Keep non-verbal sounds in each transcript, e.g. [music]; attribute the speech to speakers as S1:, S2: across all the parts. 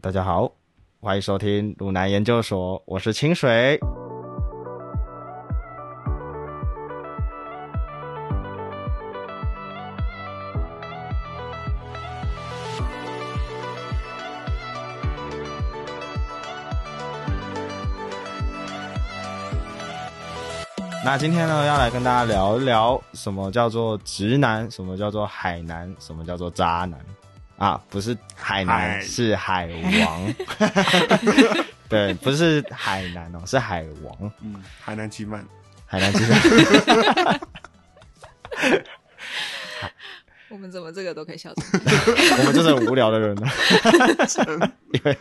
S1: 大家好，欢迎收听鲁南研究所，我是清水。那今天呢，要来跟大家聊一聊什么叫做直男，什么叫做海南，什么叫做渣男啊？不是海南，
S2: 海
S1: 是海王。 [laughs] 对，不是海南哦，是海王，
S2: 嗯，海南鸡鳗，
S1: 海南鸡蛋。
S3: [laughs] 我们怎么这个都可以笑成
S1: 我们就是很无聊的 [laughs] 人呢。因为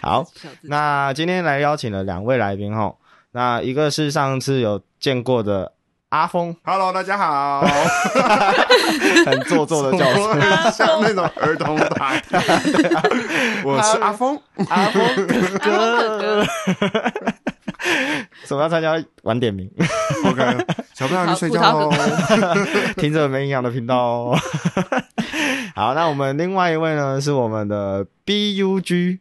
S1: 好，
S3: 笑自己？啊
S1: 那今天来邀请了两位来宾哦，那一个是上次有见过的阿峰，
S2: Hello，大家好。
S1: 很做作的叫声。
S2: 声，像那种儿童台。我是阿峰，
S1: [laughs] 阿峰哥
S3: 阿峰哥哥，
S1: 总要参加晚点
S3: [laughs]
S1: 名，
S2: OK，小朋友去睡觉喽
S3: 好。
S1: 听着没营养的频道
S3: [laughs]
S1: 哦。好，那我们另外一位呢是我们的 BUG，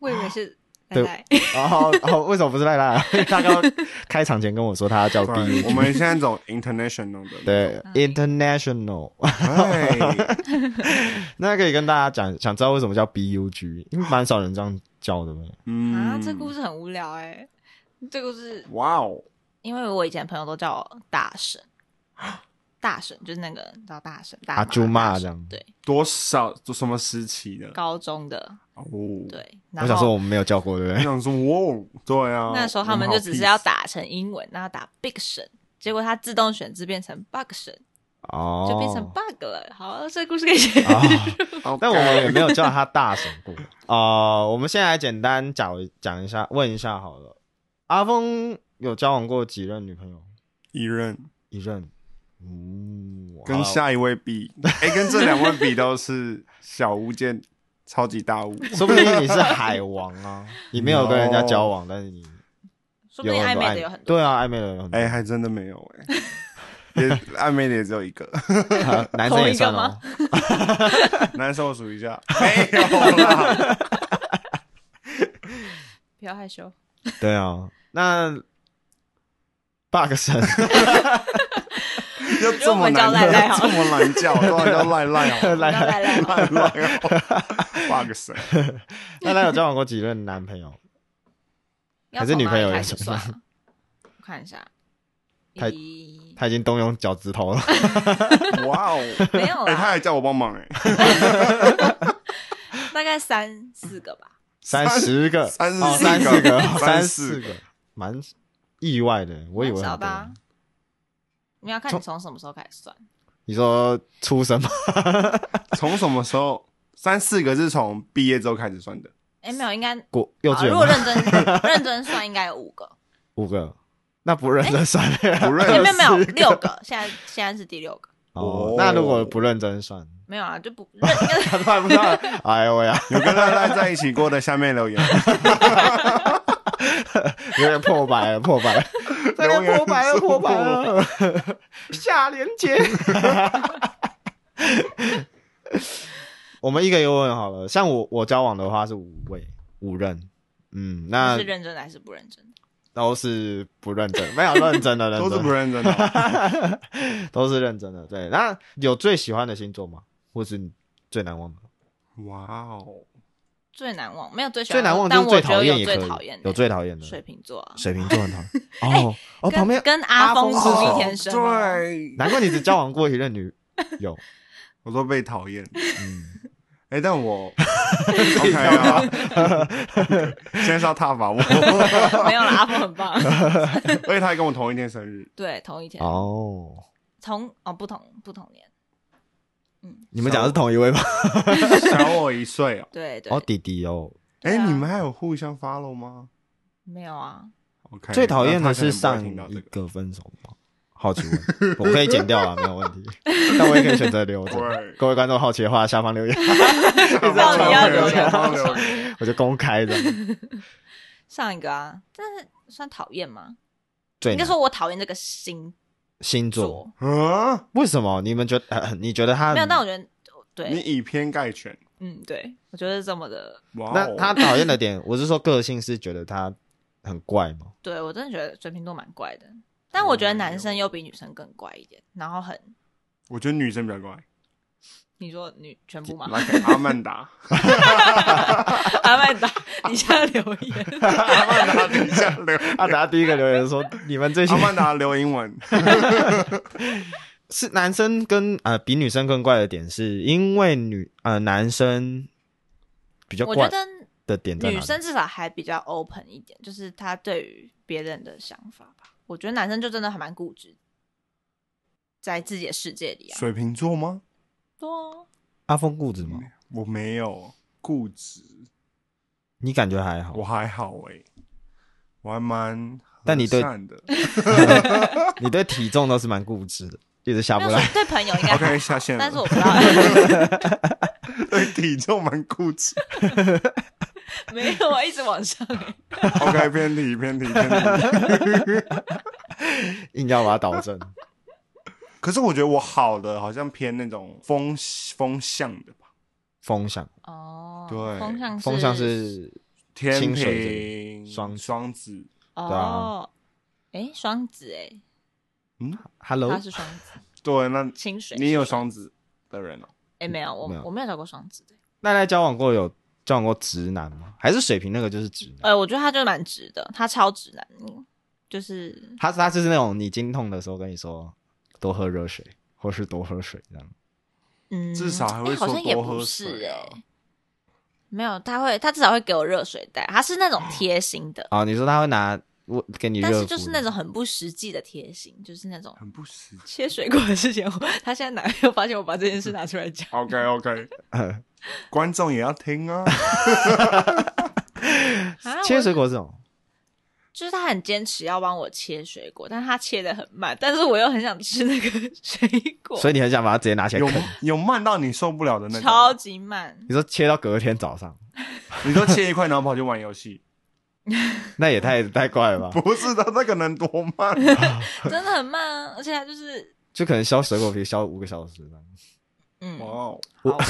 S3: 我以为是奶
S1: 对
S3: 奶，
S1: 然后哦为什么不是赖
S3: [laughs]
S1: 赖？因为他刚刚开场前跟我说他要叫
S2: 对
S1: BUG，
S2: 我们现在走 international 的。
S1: 对，International。
S2: 对，
S1: 那可以跟大家讲，想知道为什么叫
S3: [laughs]
S1: BUG，因为蛮少人这样叫的嘛。
S3: 啊
S2: 嗯，，
S3: 这故事很无聊哎、这故事
S2: 哇哦，
S3: 因为我以前朋友都叫我大婶，大婶就是那个你知道大婶大
S1: 阿
S3: 妈
S1: 朱妈
S3: 大婶
S1: 这样
S3: 对，
S2: 多少什么时期的？
S3: 高中的
S2: 哦，
S3: 对，
S1: 我
S3: 然
S1: 想说
S3: 后
S1: 我们没有叫过，对不
S2: 我
S1: 对？
S2: 想说，哇，对啊，
S3: 那时候他
S2: 我们
S3: 们
S2: 好
S3: 就只是
S2: peace
S3: 要打成英文，然后打 big 婶。结果它自动选字变成 bug 神，
S1: 哦，
S3: 就变成 bug 了。好，这故事可以写。
S1: 啊，
S2: OK。
S1: 但我们也没有叫他大神过。哦，我们现在来简单讲讲一下，问一下好了。阿峰有交往过几任女朋友？
S2: 一任
S1: 一任。嗯，
S2: 跟
S1: 下，
S2: 下一位比，哎，跟这两位比都是小巫见超级大巫。
S1: 说不定你是海王啊，你没有跟人家交往，但是你
S3: [laughs] 说不
S1: 有
S3: 定
S1: 很
S3: 暧
S1: 多
S3: 昧的有很多，
S1: 对啊，暧昧的有很多
S3: [laughs]
S2: 哎、，还真的没有哎、也暧昧的也只有一个。
S1: 男生也算 [laughs] 哦
S3: 同一个吗。
S2: 男生我数一下，没有啦。
S3: 不要害羞。
S1: 对啊，那 bug 神
S2: 要这么难
S3: 我们叫赖赖好
S2: 这么难叫，都然叫赖赖好了，
S3: 来
S1: [laughs]
S3: 来来，
S2: 赖赖好，bug 神。
S1: [laughs] 那他有交往过几任男朋友？
S3: 要
S1: 还是
S3: 从
S1: 女
S3: 哪
S1: 朋
S3: 里
S1: 友
S3: 开
S1: 也
S3: 始
S1: 行
S3: [laughs] 算啊？我看一下，
S1: 太 [laughs]
S3: 咦，
S1: 他已经动用脚趾头了。
S2: 哇哦，
S3: 没有
S2: 哎、他
S3: 啦，
S2: 还叫我帮忙哎、
S3: 大概三四个吧。
S1: 三十个，
S2: 三
S1: 哦
S2: 十
S1: 三
S2: 四
S1: 四
S2: 个
S1: 个，
S2: 三十
S1: 四
S2: 四
S1: 个，蛮意外的，我以为
S3: 蛮少
S1: 很
S3: 的啊
S1: 多。
S3: 你要看你从什么时候开始算，
S1: 你说出生吗？
S2: 从什么时候？三四个是从毕业之后开始算的，
S3: 哎，没有，应该
S1: 国 [laughs] 幼
S3: 好
S1: 稚
S3: 如果
S1: 园吗
S3: 认真
S1: [laughs]
S3: 认真算，应该有五个，哎
S1: 五个，那不认真算
S2: 不认
S3: 没有没有没有
S2: 识
S3: 六个，现在现在是第六个，
S1: 哦
S2: 哦。
S1: 那如果不认真算， [laughs]
S3: 没有啊，就不认
S1: 他办哦不到。 [laughs] 哎呦喂呀，
S2: 有跟赖赖在一起过的，下面留言。
S1: 有点破百了，破百 [laughs] 了，这
S2: 留
S1: 边
S2: 言
S1: 破百了，
S2: 数
S1: 破百了。 [laughs] 下连接。 [laughs] 我们一个一个问好了，像我我交往的话是五位五任，嗯，那
S3: 是认真的还是不认真的。
S1: 都是不认真，没有认真
S2: [laughs]
S1: 的，认
S2: 都
S1: 真
S2: 是不认真的哦，
S1: 都是认真的。对，那有最喜欢的星座吗？或是你最难忘的？
S2: 哇哦，
S3: 最难忘没有最喜
S1: 最
S3: 欢的，
S1: 难忘就
S3: 但
S1: 是
S3: 我
S1: 最
S3: 觉得
S1: 讨厌
S3: 有
S1: 也
S3: 最
S1: 可
S3: 讨
S1: 以
S3: 厌，的
S1: 有最讨厌的
S3: 水瓶座啊，
S1: 水瓶座很讨厌。
S3: [laughs]
S1: 哦哦，
S3: 跟
S1: 旁边
S3: 跟阿峰
S1: 阿
S3: 是
S1: 峰是
S3: 一
S1: 谁
S3: 天生哦，
S2: 对，
S1: 难怪你只交往过一任女友。
S2: 我都被讨厌。
S1: 嗯，
S2: 哎、但
S1: [laughs]
S2: 我 OK 啊，现在是要踏伐我，
S3: [laughs] 没有啦，阿峰
S1: [laughs]
S3: 很棒，
S2: 而且他还跟我同一天生日，
S3: [laughs] 对，同一天，
S1: 哦，
S3: 同哦不同不同年，
S1: 你们讲的是同一位吗？
S2: 小我一岁哦。
S3: 对对
S1: 哦，，弟弟哦，
S2: 哎、
S3: 对啊
S2: 你们还有互相 follow 吗
S3: 没有啊，
S2: ？OK，
S1: 最讨厌的是
S2: 那他可
S1: 上
S2: 能不会
S1: 一
S2: 听到
S1: 个分手吗？好奇问， [laughs] 我可以剪掉啊，没有问题。 [laughs] 但我也可以选择留
S2: [laughs]
S1: 着 [laughs]
S2: 对。
S1: 各位观众好奇的话，下方留言，
S2: 这个，
S3: 到底哦要留
S2: 留
S3: 言
S2: 言
S3: 多
S2: 留
S3: 少
S2: 言？
S1: 我就公开的。
S3: [laughs] 上一个啊，但是算讨厌吗？
S1: 最
S3: 应该
S1: 难
S3: 说我讨厌这个星
S1: 星座，
S2: [laughs]
S3: 座，
S2: 啊，
S1: 为什么？你们觉得？呃你觉得他 [laughs]
S3: 没有，但我觉得哦
S2: 你
S3: 对
S2: 以偏概全，
S3: 嗯，对，我觉得这么的，
S2: 哇哦
S1: 那他讨厌的点， [laughs] 我是说个性是觉得他很怪吗？
S3: 对我真的觉得水瓶座蛮怪的，但
S1: 嗯
S3: 我觉得男
S1: 啊
S3: 生又比女生更怪一点，然后很，
S2: 我觉得女生比较乖，
S3: 你说女全部吗？
S2: 来给阿曼达， [laughs]
S3: [laughs] 阿曼达，你现在留
S1: [laughs]
S3: 言，
S2: 阿曼达等一下留，
S1: [laughs] 啊，等下第一个留言说 [laughs] 你们这些
S2: 阿曼达留英文，
S1: 是男生跟呃比女生更怪的点，是因为女呃男生比较
S3: 我觉
S1: 怪
S3: 得
S1: 的点在哪里？
S3: 女生至少还比较 open 一点，就是她对于别人的想法吧。我觉得男生就真的还蛮固执，在自己的世界里啊。
S2: 水瓶座吗？
S3: 多哦
S1: 阿峰固执吗？
S2: 我没有固执，
S1: 你感觉还好
S2: 我？还好哎、我还蛮
S1: 但你对
S2: [laughs] 和善的。
S1: 你对体重都是蛮固执的，一直下
S3: 没
S1: 不
S3: 有说
S1: 来。
S3: 对朋友
S1: [laughs]
S3: 应该还
S2: OK，
S3: 好，
S2: 下线了。
S3: 但是我不知道，
S2: [laughs] 对体重蛮固执。
S3: [laughs] 没有啊，一直往上、欸。
S1: [laughs]
S2: OK，偏题偏题偏题。
S1: [laughs] 硬要把它导正。
S2: 可是我觉得我好的好像偏那种风风向的吧，
S1: 风向，
S3: 哦，
S2: 对
S3: 风向是
S1: 风向是
S2: 天
S1: 清水
S2: 平、
S1: 双
S2: 双子。
S1: 啊
S3: 哦，哎、双子哎、
S2: 嗯，
S1: Hello
S3: 他是双子，
S2: 对，那
S1: [laughs]
S3: 清水。
S2: 你有双子的人哦、
S3: 哎、没有，我
S1: 没有
S3: 我没有交过双子的。
S1: 奈奈交往过有交往过直男吗？还是水瓶那个就是直男？
S3: 哎、我觉得他就蛮直的，他超直男，嗯就是
S1: 他他就是那种你经痛的时候跟你说多喝热水，或是多喝水这样。
S3: 嗯，
S2: 至少还会
S3: 哎好
S2: 说
S3: 像也
S2: 多
S3: 不
S2: 喝
S3: 是
S2: 水
S3: 哎、
S2: 啊
S3: 没有，他会，他至少会给我热水袋，他是那种贴心的，
S1: 啊，你说他会拿我给你热
S3: 但
S1: 敷，
S3: 是就是那种很不实际的贴心，就是那种
S2: 很不实际。？
S3: 切水果的事情，我他现在哪又发 [laughs] 现我把这件事拿出来讲
S2: OK
S1: [laughs]
S2: OK，观众也要听啊。
S3: 啊
S1: 切
S3: 我
S1: 水果这种。
S3: 就是他很坚持要帮我切水果，但是他切的很慢，但是我又很想吃那个 [laughs] 水果，
S1: 所以你很想把它直接拿起来
S2: 有
S1: 啃？
S2: 有慢到你受不了的那
S3: 超
S2: 种，
S3: 级慢。
S1: [laughs] 你说切到隔天早上，
S2: 你都切一块，然后跑去玩游戏，
S1: 那也太太怪了
S3: [laughs]
S1: 吧？
S2: [laughs] 不是的，那个能多慢、啊？
S3: 真的很慢啊，而且它就是，
S1: 就可能削水果皮削五个小时
S3: [laughs]
S1: 这样，嗯
S3: 嗯，
S2: 哇 [laughs] 哦，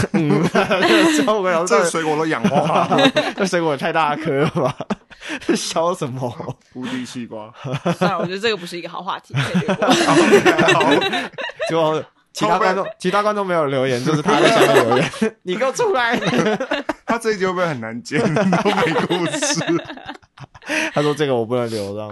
S1: 削五个小
S2: 这
S1: 时，
S2: 水果都氧化了，
S1: 这水果也太大颗了吧？ [laughs] 这削什么？
S2: [laughs] 无敌西瓜。
S3: 算了，我觉得这个不是一个好话题，可以略过
S1: [laughs]
S2: OK，好。
S1: 就其他观众，其他观众没有留言，就是他在下面留
S3: [laughs]
S1: 言，你给我出来！ [laughs]
S2: 他这一集会不会很难剪？都没故事，
S1: 他说这个我不能留，让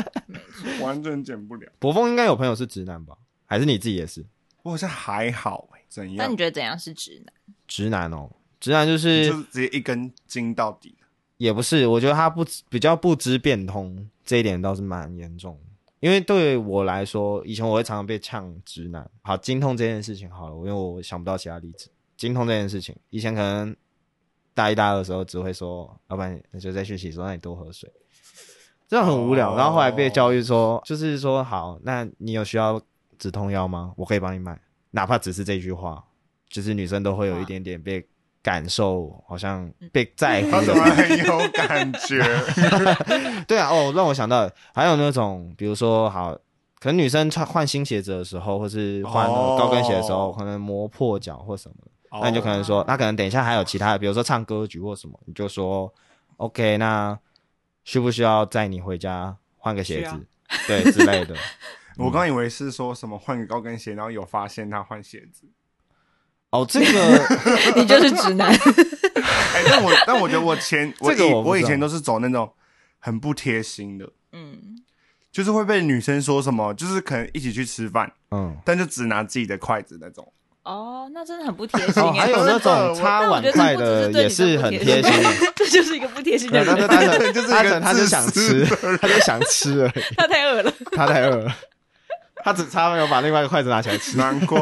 S2: [laughs] 完全剪不了。
S1: 博峰应该有朋友是直男吧？还是你自己也是
S2: 我好像还好、欸，怎
S3: 那
S2: 样
S3: 你？觉得怎样是直
S1: [laughs]
S3: 男？
S1: 直男哦？直男就
S2: 就是是直接一根筋到
S1: [laughs]
S2: 底。
S1: 也不是，我觉得他不知比较不知变通，这一点倒是蛮严重的。因为对我来说，以前我会常常被呛直男。好，经痛这件事情好了，因为我想不到其他例子。经痛这件事情，以前可能大一、大二的时候只会说，要不然你就在学习说，那你多喝水，这样很无聊。
S2: 哦
S1: 然后后来被教育说，就是说好，那你有需要止痛药吗？我可以帮你买，哪怕只是这句话，就是女生都会有一点点被感受，好像被在乎 [laughs]
S2: 他
S1: 的
S2: 怎么很有感觉？
S1: 对啊，哦，让我想到还有那种，比如说好，可能女生穿换新鞋子的时候，或是换
S2: 哦
S1: 高跟鞋的时候，可能磨破脚或什么的， [laughs] 那你就可能说，那可能等一下还有其他的，比如说唱歌局或什么，你就说，OK，那需不需要载你回家换个鞋
S3: 需要
S1: 子，对之类的？
S2: 我刚以为是说什么换个高跟鞋，然后有发现他换鞋子。
S1: 哦，这个
S3: 你就是直男，
S2: 哎、但我但我觉得我前我以
S1: 这个我
S2: 我
S1: 不知道
S2: 以前都是走那种很不贴心的，
S3: 嗯，
S2: 就是会被女生说什么，就是可能一起去吃饭，
S1: 嗯，
S2: 但就只拿自己的筷子那
S3: [laughs]
S2: 种。
S3: 哦，那真的很不贴心
S1: 哦，
S3: 哎、
S1: 还有那种擦
S3: 但我
S1: 碗
S3: 觉得
S1: 筷
S3: 这不只
S1: 的
S3: 是
S1: 也
S3: 对女生
S1: 是
S3: 不
S1: 很
S3: 贴
S1: 贴心。，
S3: [laughs] 这就是一个不贴心的
S1: 对，但是
S3: 人，
S1: 他
S2: 这就是
S1: 是
S2: 一个
S1: 阿成，他就想
S2: 自私
S1: 吃，他就想吃而已。
S3: 他太饿了。
S1: [laughs] 他太饿了，他只差没有把另外一个筷子拿起来吃。
S2: 难怪，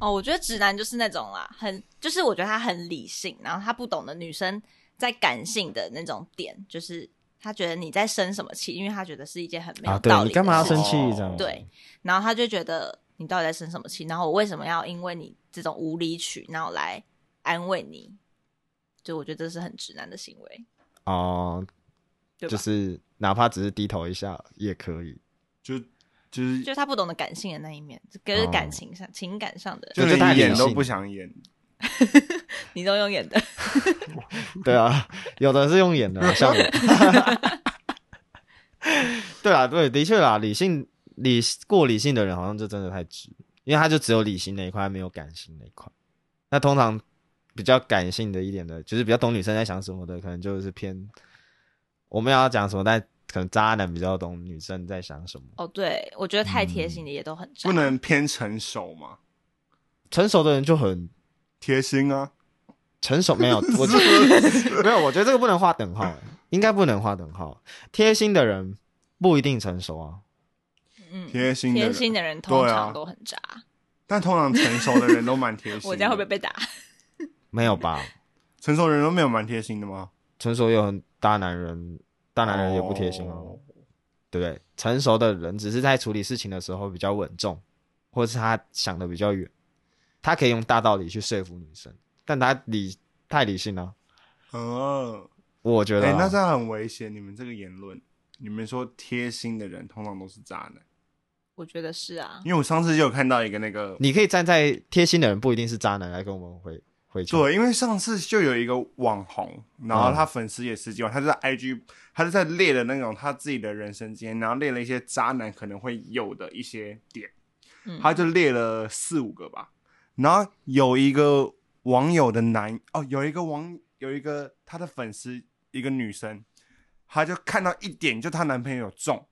S3: 哦，我觉得直男就是那种啦，很就是我觉得他很理性，然后他不懂得女生在感性的那种点，就是他觉得你在生什么气，因为他觉得是一件很没有
S1: 啊，对
S3: 道理的事情。
S1: 你干嘛要生气
S2: 哦
S1: 这样？
S3: 对，然后他就觉得你到底在生什么气？然后我为什么要因为你这种无理取闹来安慰你？就我觉得这是很直男的行为，
S1: 哦，
S3: 对吧？
S1: 就
S3: 就是、
S1: 是哪怕只是低头一下也可以，
S2: 就就是
S3: 他不懂得感性的那一面，可是
S1: 哦
S3: 感情上、情感上的
S1: 就
S2: 就
S1: 太
S2: 连
S1: 理
S2: 演都
S1: 性
S2: 不想演。
S3: 你都用演的，
S1: 对啊，有的是用演的，啊像我。对啊，对，的确啦，理性理过理性的人好像就真的太直，因为他就只有理性那一块，他没有感性那一块。那通常比较感性的一点的，就是比较懂女生在想什么的，可能就是偏我们要讲什么，但可能渣男比较懂女生在想什么。
S3: 哦，对，我觉得
S1: 嗯
S3: 太贴心的也都很渣
S2: 不能偏成熟嘛，
S1: 成熟的人就很
S2: 贴心啊，
S1: 成熟，没有，我觉得没有，我觉得这个不能画等号，应该不能画等号。贴心的人不一定成熟啊，
S3: 嗯，
S2: 贴心的人
S3: 贴心的人通
S2: 对啊
S3: 常都很渣。
S2: 但通常成熟的人都蛮贴心的。
S3: [laughs] 我这样会不会被打？
S1: 没有吧？
S2: 成熟人都没有蛮贴心的吗？
S1: 成熟有很大男人，大男人也不贴心啊，
S2: 哦
S1: 对不对？成熟的人只是在处理事情的时候比较稳重，或是他想的比较远，他可以用大道理去说服女生，但他理太理性了，
S2: 嗯，
S1: 我觉得
S2: 哎、
S1: 啊、
S2: 那这样很危险。你们这个言论，你们说贴心的人通常都是渣男，
S3: 我觉得是啊，
S2: 因为我上次就有看到一个那个，
S1: 你可以站在贴心的人不一定是渣男来跟我们回回去。
S2: 对，因为上次就有一个网红，然后他粉丝也十几万，他就在 IG，他就在列了那种他自己的人生经验，然后列了一些渣男可能会有的一些点，
S3: 嗯
S2: 他就列了四五个吧。然后有一个网友的男哦，有一个网有一个他的粉丝一个女生，她就看到一点就她男朋友中，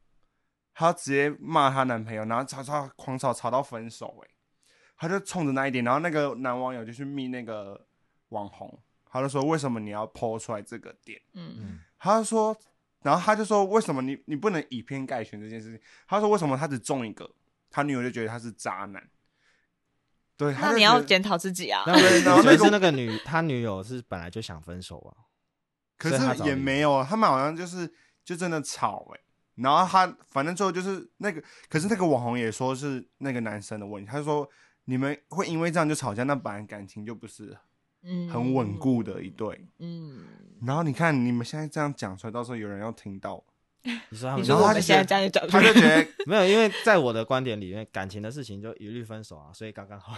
S2: 她直接骂她男朋友，然后吵吵狂吵吵到分手、欸，她就冲着那一点，然后那个男网友就去密那个网红，他就说为什么你要剖出来这个点？
S3: 嗯，
S2: 他说，然后他就说，为什么你你不能以偏概全这件事情？他说为什么他只中一个，他女友就觉得他是渣男。对，嗯他
S3: 那
S2: 就
S3: 你
S2: 觉
S3: 要
S2: 得
S3: 检讨自己啊
S1: 那。
S2: 对然
S1: 我
S2: 后
S1: 觉
S2: 那
S1: 得
S2: 个
S1: 是那个女，他女友是本来就想分手啊。
S2: 可
S1: 所以他找
S2: 是也
S1: 你
S2: 没有啊，他们好像就是就真的吵哎、然后他反正最后就是那个，可是那个网红也说是那个男生的问题，他说你们会因为这样就吵架，那本来感情就不是
S3: 嗯，
S2: 很稳固的一对。
S3: 嗯。
S2: 然后你看你们现在这样讲出来，到时候有人要听到，
S1: 你说他
S3: 嗯，你
S1: 们
S3: 说
S2: 然后
S3: 我
S2: 他
S3: 们
S2: 就
S3: 现在
S2: 觉
S3: 这样就找
S2: 他就觉得
S1: 没有，因为在我的观点里面，感情的事情就一律分手啊，所以刚刚好。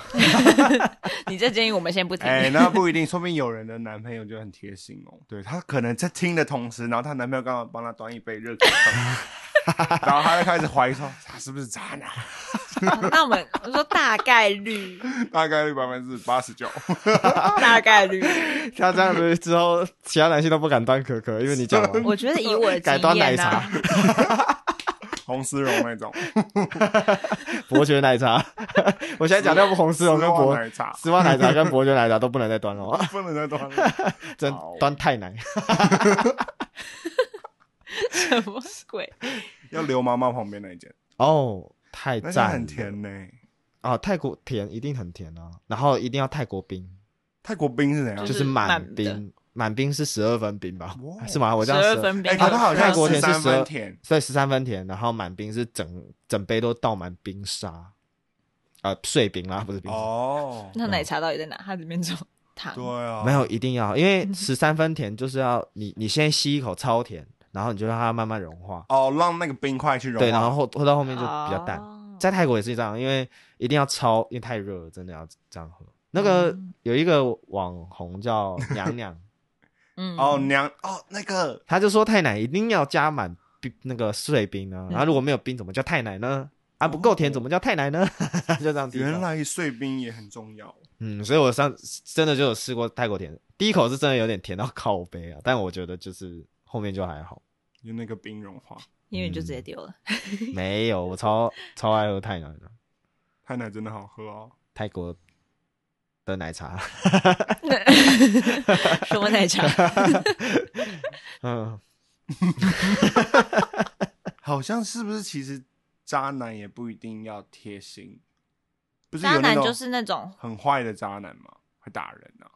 S3: [laughs] 你这建议我们先不听。
S2: [laughs] 哎、那不一定，说不定有人的男朋友就很贴心
S1: [laughs]
S2: 哦。对他可能在听的同时，然后她男朋友刚好帮她端一杯热可
S1: [laughs]
S2: 可，然后她就开始怀疑说他是不是渣男，
S3: 哦 [laughs] 那我们我说大
S2: [laughs]
S3: 概率，
S2: 大概率百分之八十九。
S3: 大概率，
S1: 他这样子之后，其他男性都不敢端可可，因为你讲完
S3: 我觉得以我的
S1: 改
S3: 经
S1: 端奶
S3: 验啊
S1: 茶，、
S2: 红丝绒那种，
S1: 伯爵奶茶。 [laughs] 我现在讲到 [laughs] 红丝绒跟
S2: 丝袜 [laughs]
S1: 伯 [laughs]
S2: 奶茶
S1: 丝袜奶茶跟伯爵奶茶都不能再端了， [laughs]
S2: 不能再端了。
S1: 真
S2: 好
S1: 端太难。
S3: 什么鬼？
S2: 要刘妈妈旁边那一间，
S1: 哦，太
S2: 那间
S1: 赞，
S2: 很甜呢、
S1: 啊！泰国甜一定很甜啊，然后一定要泰国冰，
S2: 泰国冰是怎样
S3: 就
S1: 就是是满
S3: 满的
S1: 冰，满冰是十二分冰吧？
S2: 哇
S1: 还是吗？我
S3: 十
S1: 这样
S3: 二
S1: 12
S3: 分
S2: 哎、
S3: 冰，
S2: 可它好像
S1: 泰国甜是
S2: 三
S1: 12
S2: 分甜，
S1: 对，十三分甜，然后满冰是整整杯都倒满冰沙，呃，碎冰啦，不是冰沙。
S2: 哦，
S3: 那奶茶到底在哪？它里面只有糖。
S2: 对啊，
S1: 没有，一定要，因为
S2: [laughs]
S1: 十三分甜就是要你，你先吸一口超甜，然后你就让它慢慢融化，
S2: 哦，让那个冰块去融化，
S1: 对，然后后后到后面就比较淡。
S3: 哦
S1: 在泰国也是这样，因为一定要超，因为太热了，真的要这样喝。那个、
S2: 嗯
S1: 有一个网红叫娘
S2: [laughs]
S1: 娘，
S3: 嗯
S2: 哦娘哦那个
S1: 她就说太奶一定要加满冰那个碎冰呢，
S3: 嗯
S1: 然后如果没有冰怎么叫太奶呢？啊，不够甜怎么叫太奶呢？ [laughs] 就这样提到。
S2: 哦原来碎冰也很重要。
S1: 嗯，所以我上真的就有试过泰国甜，第一口是真的有点甜到靠背啊，但我觉得就是后面就还好，
S2: 就那个冰融化，
S3: 因为你就直接
S2: [laughs]
S3: 丢了。 [laughs]
S1: 没有，我超超爱喝泰奶的，
S2: 太奶真的好喝哦。
S1: 泰国的奶
S3: [laughs]
S1: 茶，
S3: 什么奶茶？
S1: 嗯，
S2: 好像是不是？其实渣男也不一定要贴心，不是
S3: 渣
S2: 有那
S3: 男
S2: 种
S3: 就是
S2: [laughs]
S3: 那种
S2: 很坏的渣男吗？会打人啊？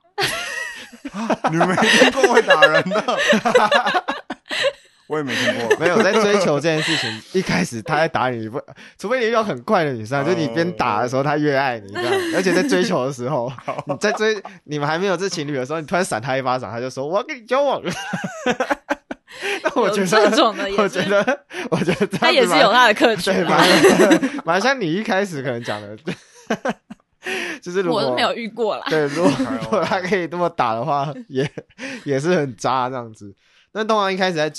S2: [laughs] 啊你们没听过会打人
S3: [laughs]
S2: 的？我也没听过，
S1: 没有在追求这件事情，一开始他在打你，不，除非你遇到很快的女
S3: 哦
S1: 生啊，就你边打的时候他越爱你，这
S3: [laughs]
S1: 样，而且在追求的时候，
S3: 啊
S1: 你在追你们还没有这情侣的时候，你突然闪他一巴掌，他就说我要跟你交往了，那我觉
S3: 有
S1: 得
S3: 这种的，
S1: 我
S3: 哦也
S1: 觉
S3: 是
S1: 得，我觉得
S3: 他也是有他的客群
S1: 对，
S3: 啊。
S1: 蛮蛮像你一开始可能讲的， [laughs] 就是如
S3: 我
S1: 果
S3: 都没有遇过啦。
S1: [laughs] 对，如果
S2: 哎呦
S1: 如果他可以这么打的话，也也是很渣这样子。那通常一开始在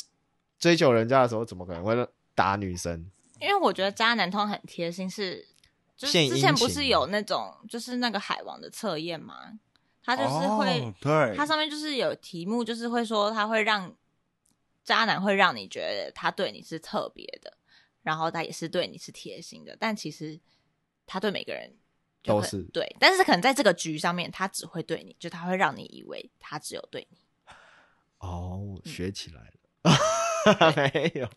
S1: 追求人家的时候，怎么可能会打女生？
S3: 因为我觉得渣男通常很贴心是，就是
S1: 献
S3: 之前
S1: 殷
S3: 不
S1: 勤
S3: 是有那种就是那个海王的测验嘛，他就是会，
S2: 哦、对，
S3: 它上面就是有题目，就是会说他会让渣男会让你觉得他对你是特别的，然后他也是对你是贴心的，但其实他对每个人就
S1: 都
S3: 可
S1: 是
S3: 对，但是可能在这个局上面，他只会对你，就他会让你以为他只有对你。
S1: 哦，学起来了， [laughs] 没有，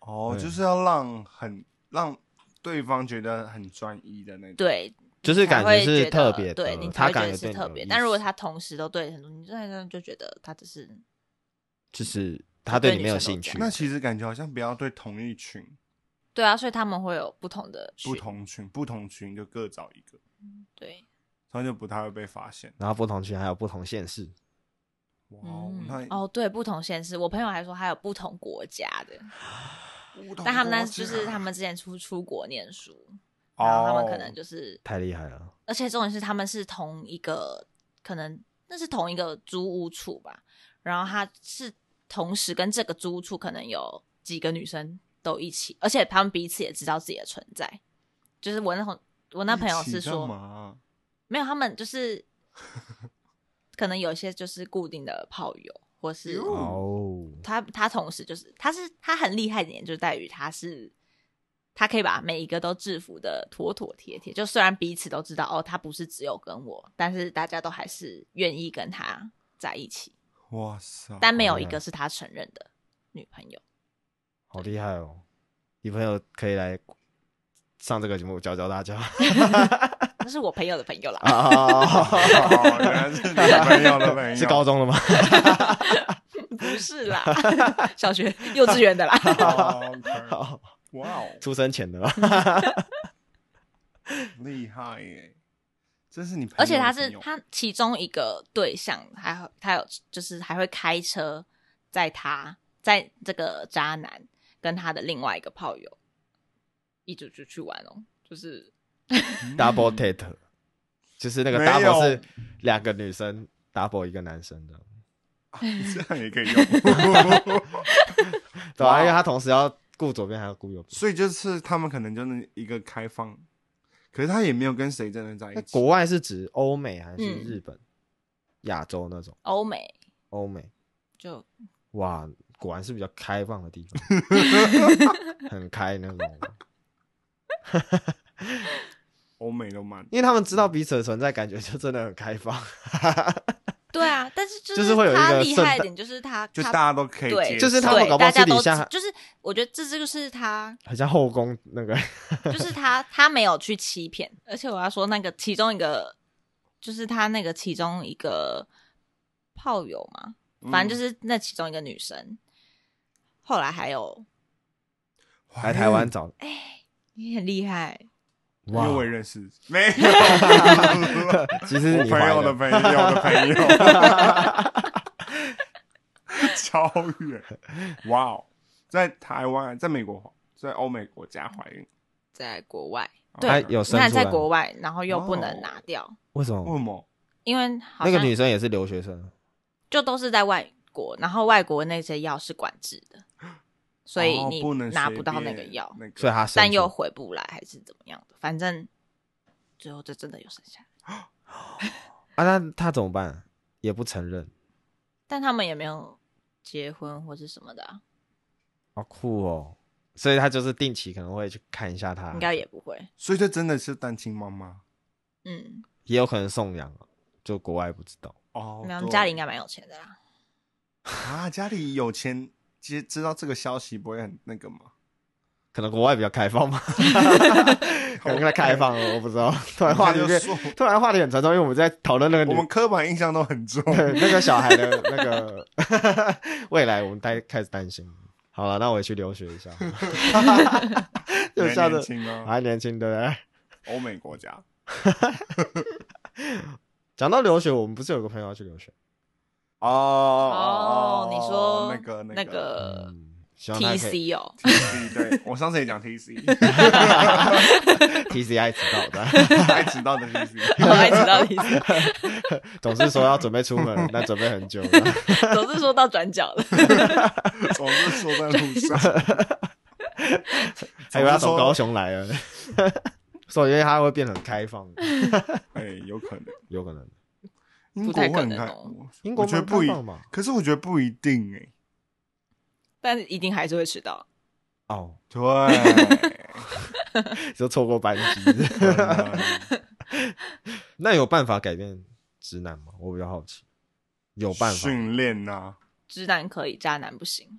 S2: 哦，
S1: 对
S2: 就是要让很让对方觉得很专一的那种。
S3: 对，
S1: 就是感
S3: 才会
S1: 是
S3: 得
S1: 特别的，
S3: 对你才
S1: 他
S3: 会觉
S1: 感
S3: 得
S1: 觉
S3: 是
S1: 对你有
S3: 特别
S1: 意。
S3: 但如果
S1: 思
S3: 他同时都对很多，你这样就觉得他只是
S1: 就是
S3: 他
S1: 他
S3: 对
S1: 对你
S3: 女
S1: 没有
S3: 生都
S1: 兴
S3: 这
S1: 趣
S3: 样，
S2: 那其实感觉好像不要对同一群、
S3: 对啊，所以他们会有不同的
S2: 不
S3: 群
S2: 同群、不同群就各找一个，
S3: 对，
S2: 这样就不太会被发现。
S1: 然后不同群还有不同县市，
S2: 哇，
S3: 嗯
S2: 那，
S3: 哦，对，不同县市，我朋友还说还有不同国家的，
S2: 不同
S3: 但他们那
S2: 国家
S3: 就是他们之前出出国念书，
S2: 哦
S3: 然后他们可能就是，
S1: 太厉害了。
S3: 而且重点是他们是同一个，可能那是同一个租屋处吧，然后他是同时跟这个租屋处可能有几个女生都一起，而且他们彼此也知道自己的存在，就是我那同我那朋友是
S2: 一起干
S3: 说，
S2: 嘛
S3: 没有，他们就是
S2: [laughs]
S3: 可能有一些就是固定的炮友，或是
S2: 哟
S1: 哦，
S3: 他他同时就是他是他很厉害的点就在于他是他可以把每一个都制服的妥妥帖帖，就虽然彼此都知道哦，他不是只有跟我，但是大家都还是愿意跟他在一起，
S2: 哇塞，
S3: 但没有
S1: 好厉
S3: 一
S1: 害
S3: 个是他承认的女朋友。
S1: 好厉害哦！你朋友可以来上这个节目教教大 [laughs] 家。
S3: 那是我朋友的朋友
S1: [laughs]
S3: 啦，
S1: 啊，
S2: [laughs] 哦，原来是女朋友的朋
S1: [laughs]
S2: 友，
S1: 是高中了吗？
S3: 不是啦， [laughs] 小学幼稚园的啦。
S2: 哦，OK
S1: [laughs] 好
S2: 哇哦，
S1: 出生前的吧？
S2: 厉害耶！这是你朋友的
S3: 而且他是
S2: 朋友
S3: 他其中一个对象，还有他有就是还会开车载他，在这个渣男跟他的另外一个炮友一起出去玩哦，就是
S2: 嗯
S1: double date，就是那个
S2: 没有
S1: double 是两个女生 double 一个男生的，
S2: [laughs] 这样也可以
S3: [laughs]
S2: 用。
S1: 对啊，
S2: 哇
S1: 因为他同时要顾左边还要顾右边。
S2: 所以就是他们可能就是一个开放，可是他也没有跟谁真的在
S1: 那
S2: 一起。
S1: 国外是指欧美还是
S3: 嗯
S1: 日本、亚洲那种？
S3: 欧美
S1: 欧美，
S3: 就
S1: 哇，果然是比较开放的地
S2: [laughs]
S1: 方，很开那种，
S2: 欧美都蛮
S1: 因为他们知道彼此的存在，感觉就真的很开
S2: [laughs]
S1: 放。
S3: 对 [laughs] 啊，但是就
S1: 就是会有一个
S3: 他厉
S1: 圣
S3: 害
S1: 诞
S3: 的点就是他
S2: 就大
S3: 他
S2: 家都可以
S3: 对
S2: 接受，
S1: 就是他们
S3: 对
S1: 搞不好
S3: 大家
S1: 私底
S3: 都
S1: 下
S3: 就是我觉得这就是他
S1: 很像后宫那个，
S3: 就是 [laughs] 他他没有去欺骗，而且我要说那个其中一个就是他那个其中一个炮友嘛，
S2: 嗯
S3: 反正就是那其中一个女生，后来还有
S1: [laughs]
S2: 嗯
S1: 来台湾哦找
S3: 你很厉害，
S2: 因为哎我也认识，没有
S3: [laughs]
S1: 其实是
S2: 我
S1: 你
S2: 朋
S1: 怀
S2: 友的
S1: 的，
S2: 朋友的朋
S3: [laughs]
S2: 友，超远，哇哦，在台湾，在美国，在欧美国家怀孕，啊
S3: 在国外，
S1: 他
S3: 对，
S1: 有
S3: 你
S1: 生
S3: 看
S1: 出来
S3: 在
S1: 吗，
S3: 国外，然后又不
S2: 哦
S3: 能拿掉，
S1: 为什
S2: 为什
S1: 么？
S2: 么？
S3: 因为好
S1: 那
S3: 像
S1: 个女生也是留学生，
S3: 就都是在外国，然后外国那些药是管制的，所以
S2: 哦
S3: 你
S2: 不能
S3: 拿
S2: 随
S3: 不到那
S2: 便
S3: 个药，
S2: 那个
S1: 所以她生
S3: 但
S1: 出
S3: 又回不来还是怎么样的，反正最后这真的有生下来。
S1: 啊，那她怎么办？也不承认，
S3: 但他们也没有结婚或是什么的、啊，
S1: 好酷哦！所以她就是定期可能会去看一下她，
S3: 应该也不会。
S2: 所以这真的是单亲妈妈
S3: 嗯，
S1: 也有可能送养啊，就国外不知道。
S2: 哦，
S3: 没有，他
S2: 对
S3: 们家里应该蛮有钱的啦。
S2: 啊，家里有钱，知知道这个消息不会很那个吗？
S1: 可能国外比较开
S3: [laughs]
S1: 放吧，可能太开放了，我不知道。突然话题
S2: 我
S1: 变
S2: 就，
S1: [laughs]
S2: 说
S1: 突然话题很沉重，因为我们在讨论那个
S2: 我
S1: 女
S2: 们刻板印象都很重。
S1: 对那个小孩的那个 [laughs] 未来，我们担开始担心。好了，那我也去留学一
S3: [laughs]
S1: 下， [laughs] 就
S2: 人
S1: 下
S2: 年
S1: 次
S2: 轻啊，
S1: 还年轻，对不对？
S2: 欧美国家
S1: 讲到留学，我们不是有个朋友要去留学？
S2: 哦
S3: 哦，你说
S2: 那个
S3: 那个
S1: 嗯，希望他可以
S3: TC
S1: [laughs]
S3: 哦，
S2: TC，对我上次也讲 [laughs] TC，
S1: TC 爱迟到的，
S2: 爱迟到的 TC。
S3: 我还知道 TC，
S1: 总是说要准备出
S2: [laughs]
S1: 门，但准备很久了。
S3: 总是说到转角了。
S2: [laughs] 总是说在路上，
S1: 还以为他从
S2: 说
S1: 高雄来了，
S2: [laughs]
S1: 所以我觉得他会变得很开放，
S2: 哎、有可能
S1: 有可能。
S2: 英
S3: 不
S2: 国
S3: 太
S2: 会
S3: 可
S2: 很
S3: 能
S2: 开，
S3: 哦
S2: 我
S1: 英国
S2: 我觉得
S1: 蛮开
S2: 不一
S1: 放吧，
S2: 可是我觉得不一定哎、
S3: [laughs] 但一定还是会迟到。
S1: 哦， [laughs]
S2: 对，
S1: 就错过班
S2: [laughs]
S1: 机。
S2: 可能
S1: 那有办法改变直男吗？我比较好奇。 [laughs] 有办法，
S2: 训练啊呐，
S3: 直男可以，渣男不行。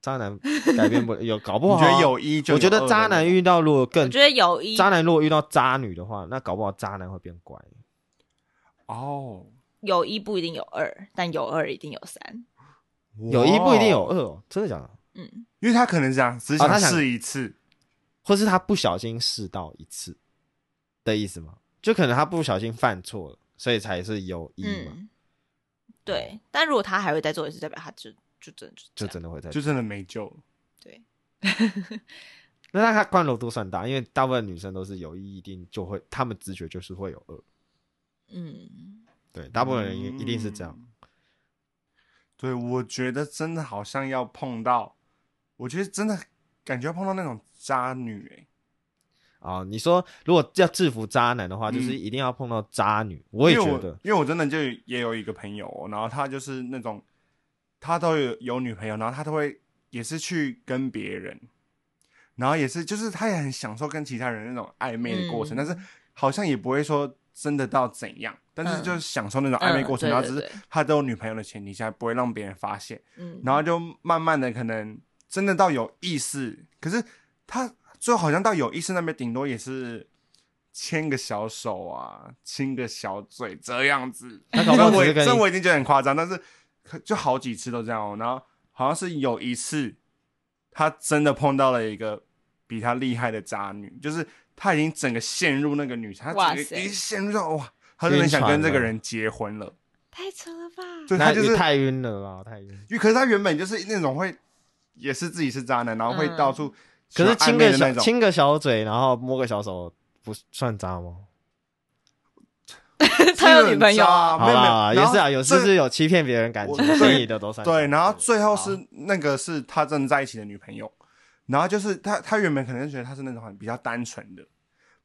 S1: 渣男改变
S2: [laughs]
S1: 不有，搞不
S2: 我
S1: 好啊
S2: 觉得有一就
S1: 我觉得
S2: 有二
S1: 渣
S2: 的那
S1: 男
S2: 种
S1: 遇到如果
S3: 我
S1: 更
S3: 觉得有一，
S1: 渣男，如果遇到渣女的话，那搞不好渣男会变乖。
S2: 哦，
S3: 有一不一定有二，但有二一定有三。
S1: 有一不一定有
S2: 哇，
S1: 二、哦，真的假的？
S3: 嗯，
S2: 因为他可能想只
S1: 哦他想
S2: 想试一次，
S1: 或是他不小心试到一次的意思吗？就可能他不小心犯错了，所以才是有一嘛，
S3: 嗯，对。但如果他还会再做一次，代表他就就真的
S1: 就
S3: 这样
S1: 真的会在。
S2: 就真的没救了。
S3: 对。 [laughs]
S1: 那那他宽容度算大，因为大部分女生都是有一一定就会，她们直觉就是会有二，
S3: 嗯，
S1: 对，大部分人一一定是这样。
S2: 嗯。对，我觉得真的好像要碰到，我觉得真的感觉要碰到那种渣女、欸，
S1: 啊、你说如果要制服渣男的话，
S2: 嗯
S1: 就是一定要碰到渣女，我也
S2: 因为
S1: 觉
S2: 我
S1: 得，
S2: 因为我真的就也有一个朋友哦、然后他就是那种，他都有有女朋友，然后他都会也是去跟别人，然后也是就是他也很享受跟其他人那种暧昧的过程，
S3: 嗯
S2: 但是好像也不会说真的到怎样，但是
S3: 嗯
S2: 就是享受那种暧昧过程，
S3: 嗯对
S2: 然后
S3: 对
S2: 只是
S3: 对
S2: 他都有女朋友的前提下，不会让别人发现，
S3: 嗯，
S2: 然后就慢慢的可能真的到有意识，可是他最后好像到有意识那边，顶多也是牵个小手啊，亲个小嘴这样子。
S1: 他搞不好
S2: 但我
S1: 只是跟
S2: 这
S1: 你
S2: 我已经觉得很夸张，但是可就好几次都这样哦。然后好像是有一次，他真的碰到了一个比他厉害的渣女，就是他已经整个陷入那个女生，他
S3: 哇
S2: 整个
S3: 塞
S2: 已经陷入到哇，他真的想跟这个人结婚了。
S3: 太扯了吧？
S2: 对他
S1: 那
S2: 就是
S1: 太晕了啦，太晕。
S2: 因为可是他原本就是那种会，也是自己是渣男，然后会
S3: 嗯
S2: 到处喜
S1: 可
S2: 欢
S1: 是亲
S2: 暧昧
S1: 个
S2: 的那
S1: 小
S2: 种，
S1: 亲个小嘴，然后摸个小手，不算渣吗？
S3: [laughs] 他有女朋友啊
S2: 啊，
S1: 好
S2: 没有没
S1: 啦，
S2: 有，
S1: 也
S2: 然后
S1: 是啊，有
S2: 最
S1: 就是有欺骗别人感
S2: 我
S1: 情，所
S2: 对
S1: 以的都算渣。
S2: 对，然后最后是那个是他真的在一起的女朋友，然后就是他他原本可能觉得他是那种很比较单纯的，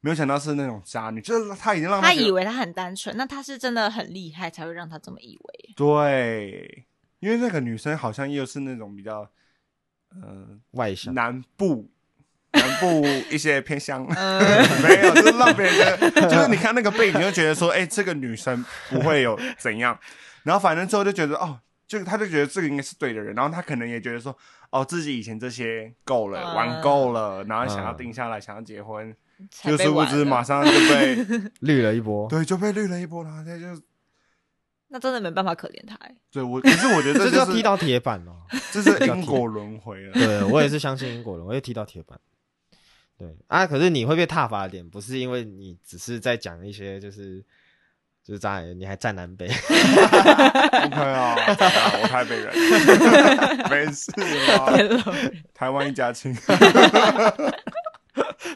S2: 没有想到是那种渣女，就是他已经让
S3: 他
S2: 觉得
S3: 以为他很单纯，那他是真的很厉害，才会让他这么
S1: [laughs]
S3: 以为。
S2: 对，因为那个女生好像又是那种比较呃
S1: 外向，
S2: 南部。南部一些偏乡，
S3: 嗯，
S2: [laughs] 没有，就是让别人觉得，就是你看那个背景就觉得说，哎、这个女生不会有怎样，然后反正之后就觉得，哦，就他就觉得这个应该是对的人，然后他可能也觉得说，哦，自己以前这些够了，
S3: 嗯
S2: 玩够了，然后想要
S1: 嗯
S2: 定下来，想要结婚，
S3: 才
S2: 就
S3: 被
S2: 殊不
S3: 玩
S2: 知
S3: 了
S2: 马上就被，
S1: 绿了一波。
S2: 对，就被绿了一波，然后他就，
S3: 那真的没办法可怜他、欸。 [laughs]
S2: 对我，可是我觉得
S1: [laughs] 这
S2: 这
S1: 就
S2: 就是
S1: 踢到铁板了。
S2: 这是因果轮回了，
S1: 对我也是相信因果人，我也踢到铁板。对啊，可是你会被踏伐的点，不是因为你只是在讲一些就是就是渣男，你还站南北， [laughs]
S2: OK 啊，我台北人， [laughs] 没事啊，
S3: [laughs]
S2: 台湾一家亲，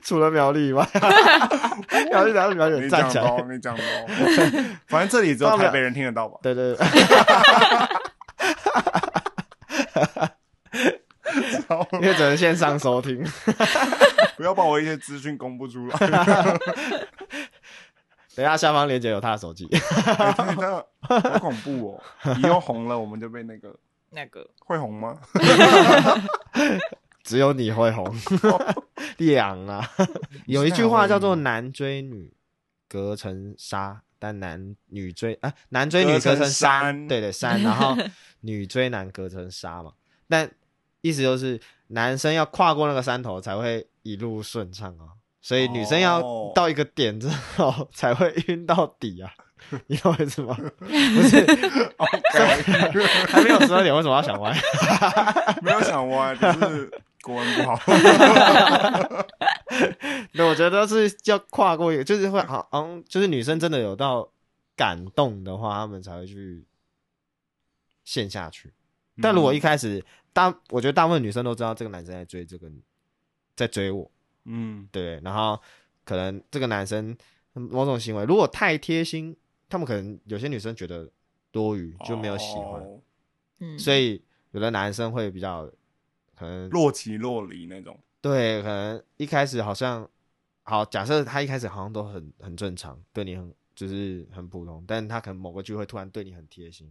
S1: 除了苗栗以外， [laughs] 苗栗苗栗苗栗
S2: 你
S1: 有
S2: 讲
S1: 站起
S2: 的哦
S1: 来，，
S2: 你讲的哦，反正这里只有台北人听得到吧？
S1: 对对
S2: [laughs]
S1: 对，因为只能线上收听。 [laughs]
S2: 不要把我一些资讯公布出来。哎
S1: [laughs] 等一下下方链接有他的手机，
S2: 真的好恐怖哦！以后红了，我们就被那个
S3: 那个
S2: 会红
S1: [laughs]
S2: 吗？
S1: 只有你会 [laughs] 红，两 [laughs] 啊！有一句话叫做“男追女隔层纱”，但男女追啊，男追女
S2: 隔
S1: 隔
S2: 层
S1: 层山，
S2: 山
S1: 对对山，然 [laughs] 后女追男隔层纱嘛。但意思就是男生要跨过那个山头才会一路顺畅啊，所以女生要
S2: 哦
S1: 到一个点之后才会晕到底啊。 [laughs] 你懂我意思吗？不是，还没有十二点，为什么要想歪？
S2: 没有想歪，只是国文不
S1: [laughs]
S2: 好。
S1: 对，我觉得是要跨过一个，就是会好，好像就是女生真的有到感动的话，她们才会去陷下去。但如果一开始大，我觉得大部分女生都知道这个男生在追这个，在追我，
S2: 嗯，
S1: 对，然后可能这个男生某种行为如果太贴心，他们可能有些女生觉得多余就没有喜欢，
S2: 哦
S3: 嗯，
S1: 所以有的男生会比较可能
S2: 若即若离那种。
S1: 对，可能一开始好像好，假设他一开始好像都很很正常，对你很就是很普通，但他可能某个聚会突然对你很贴心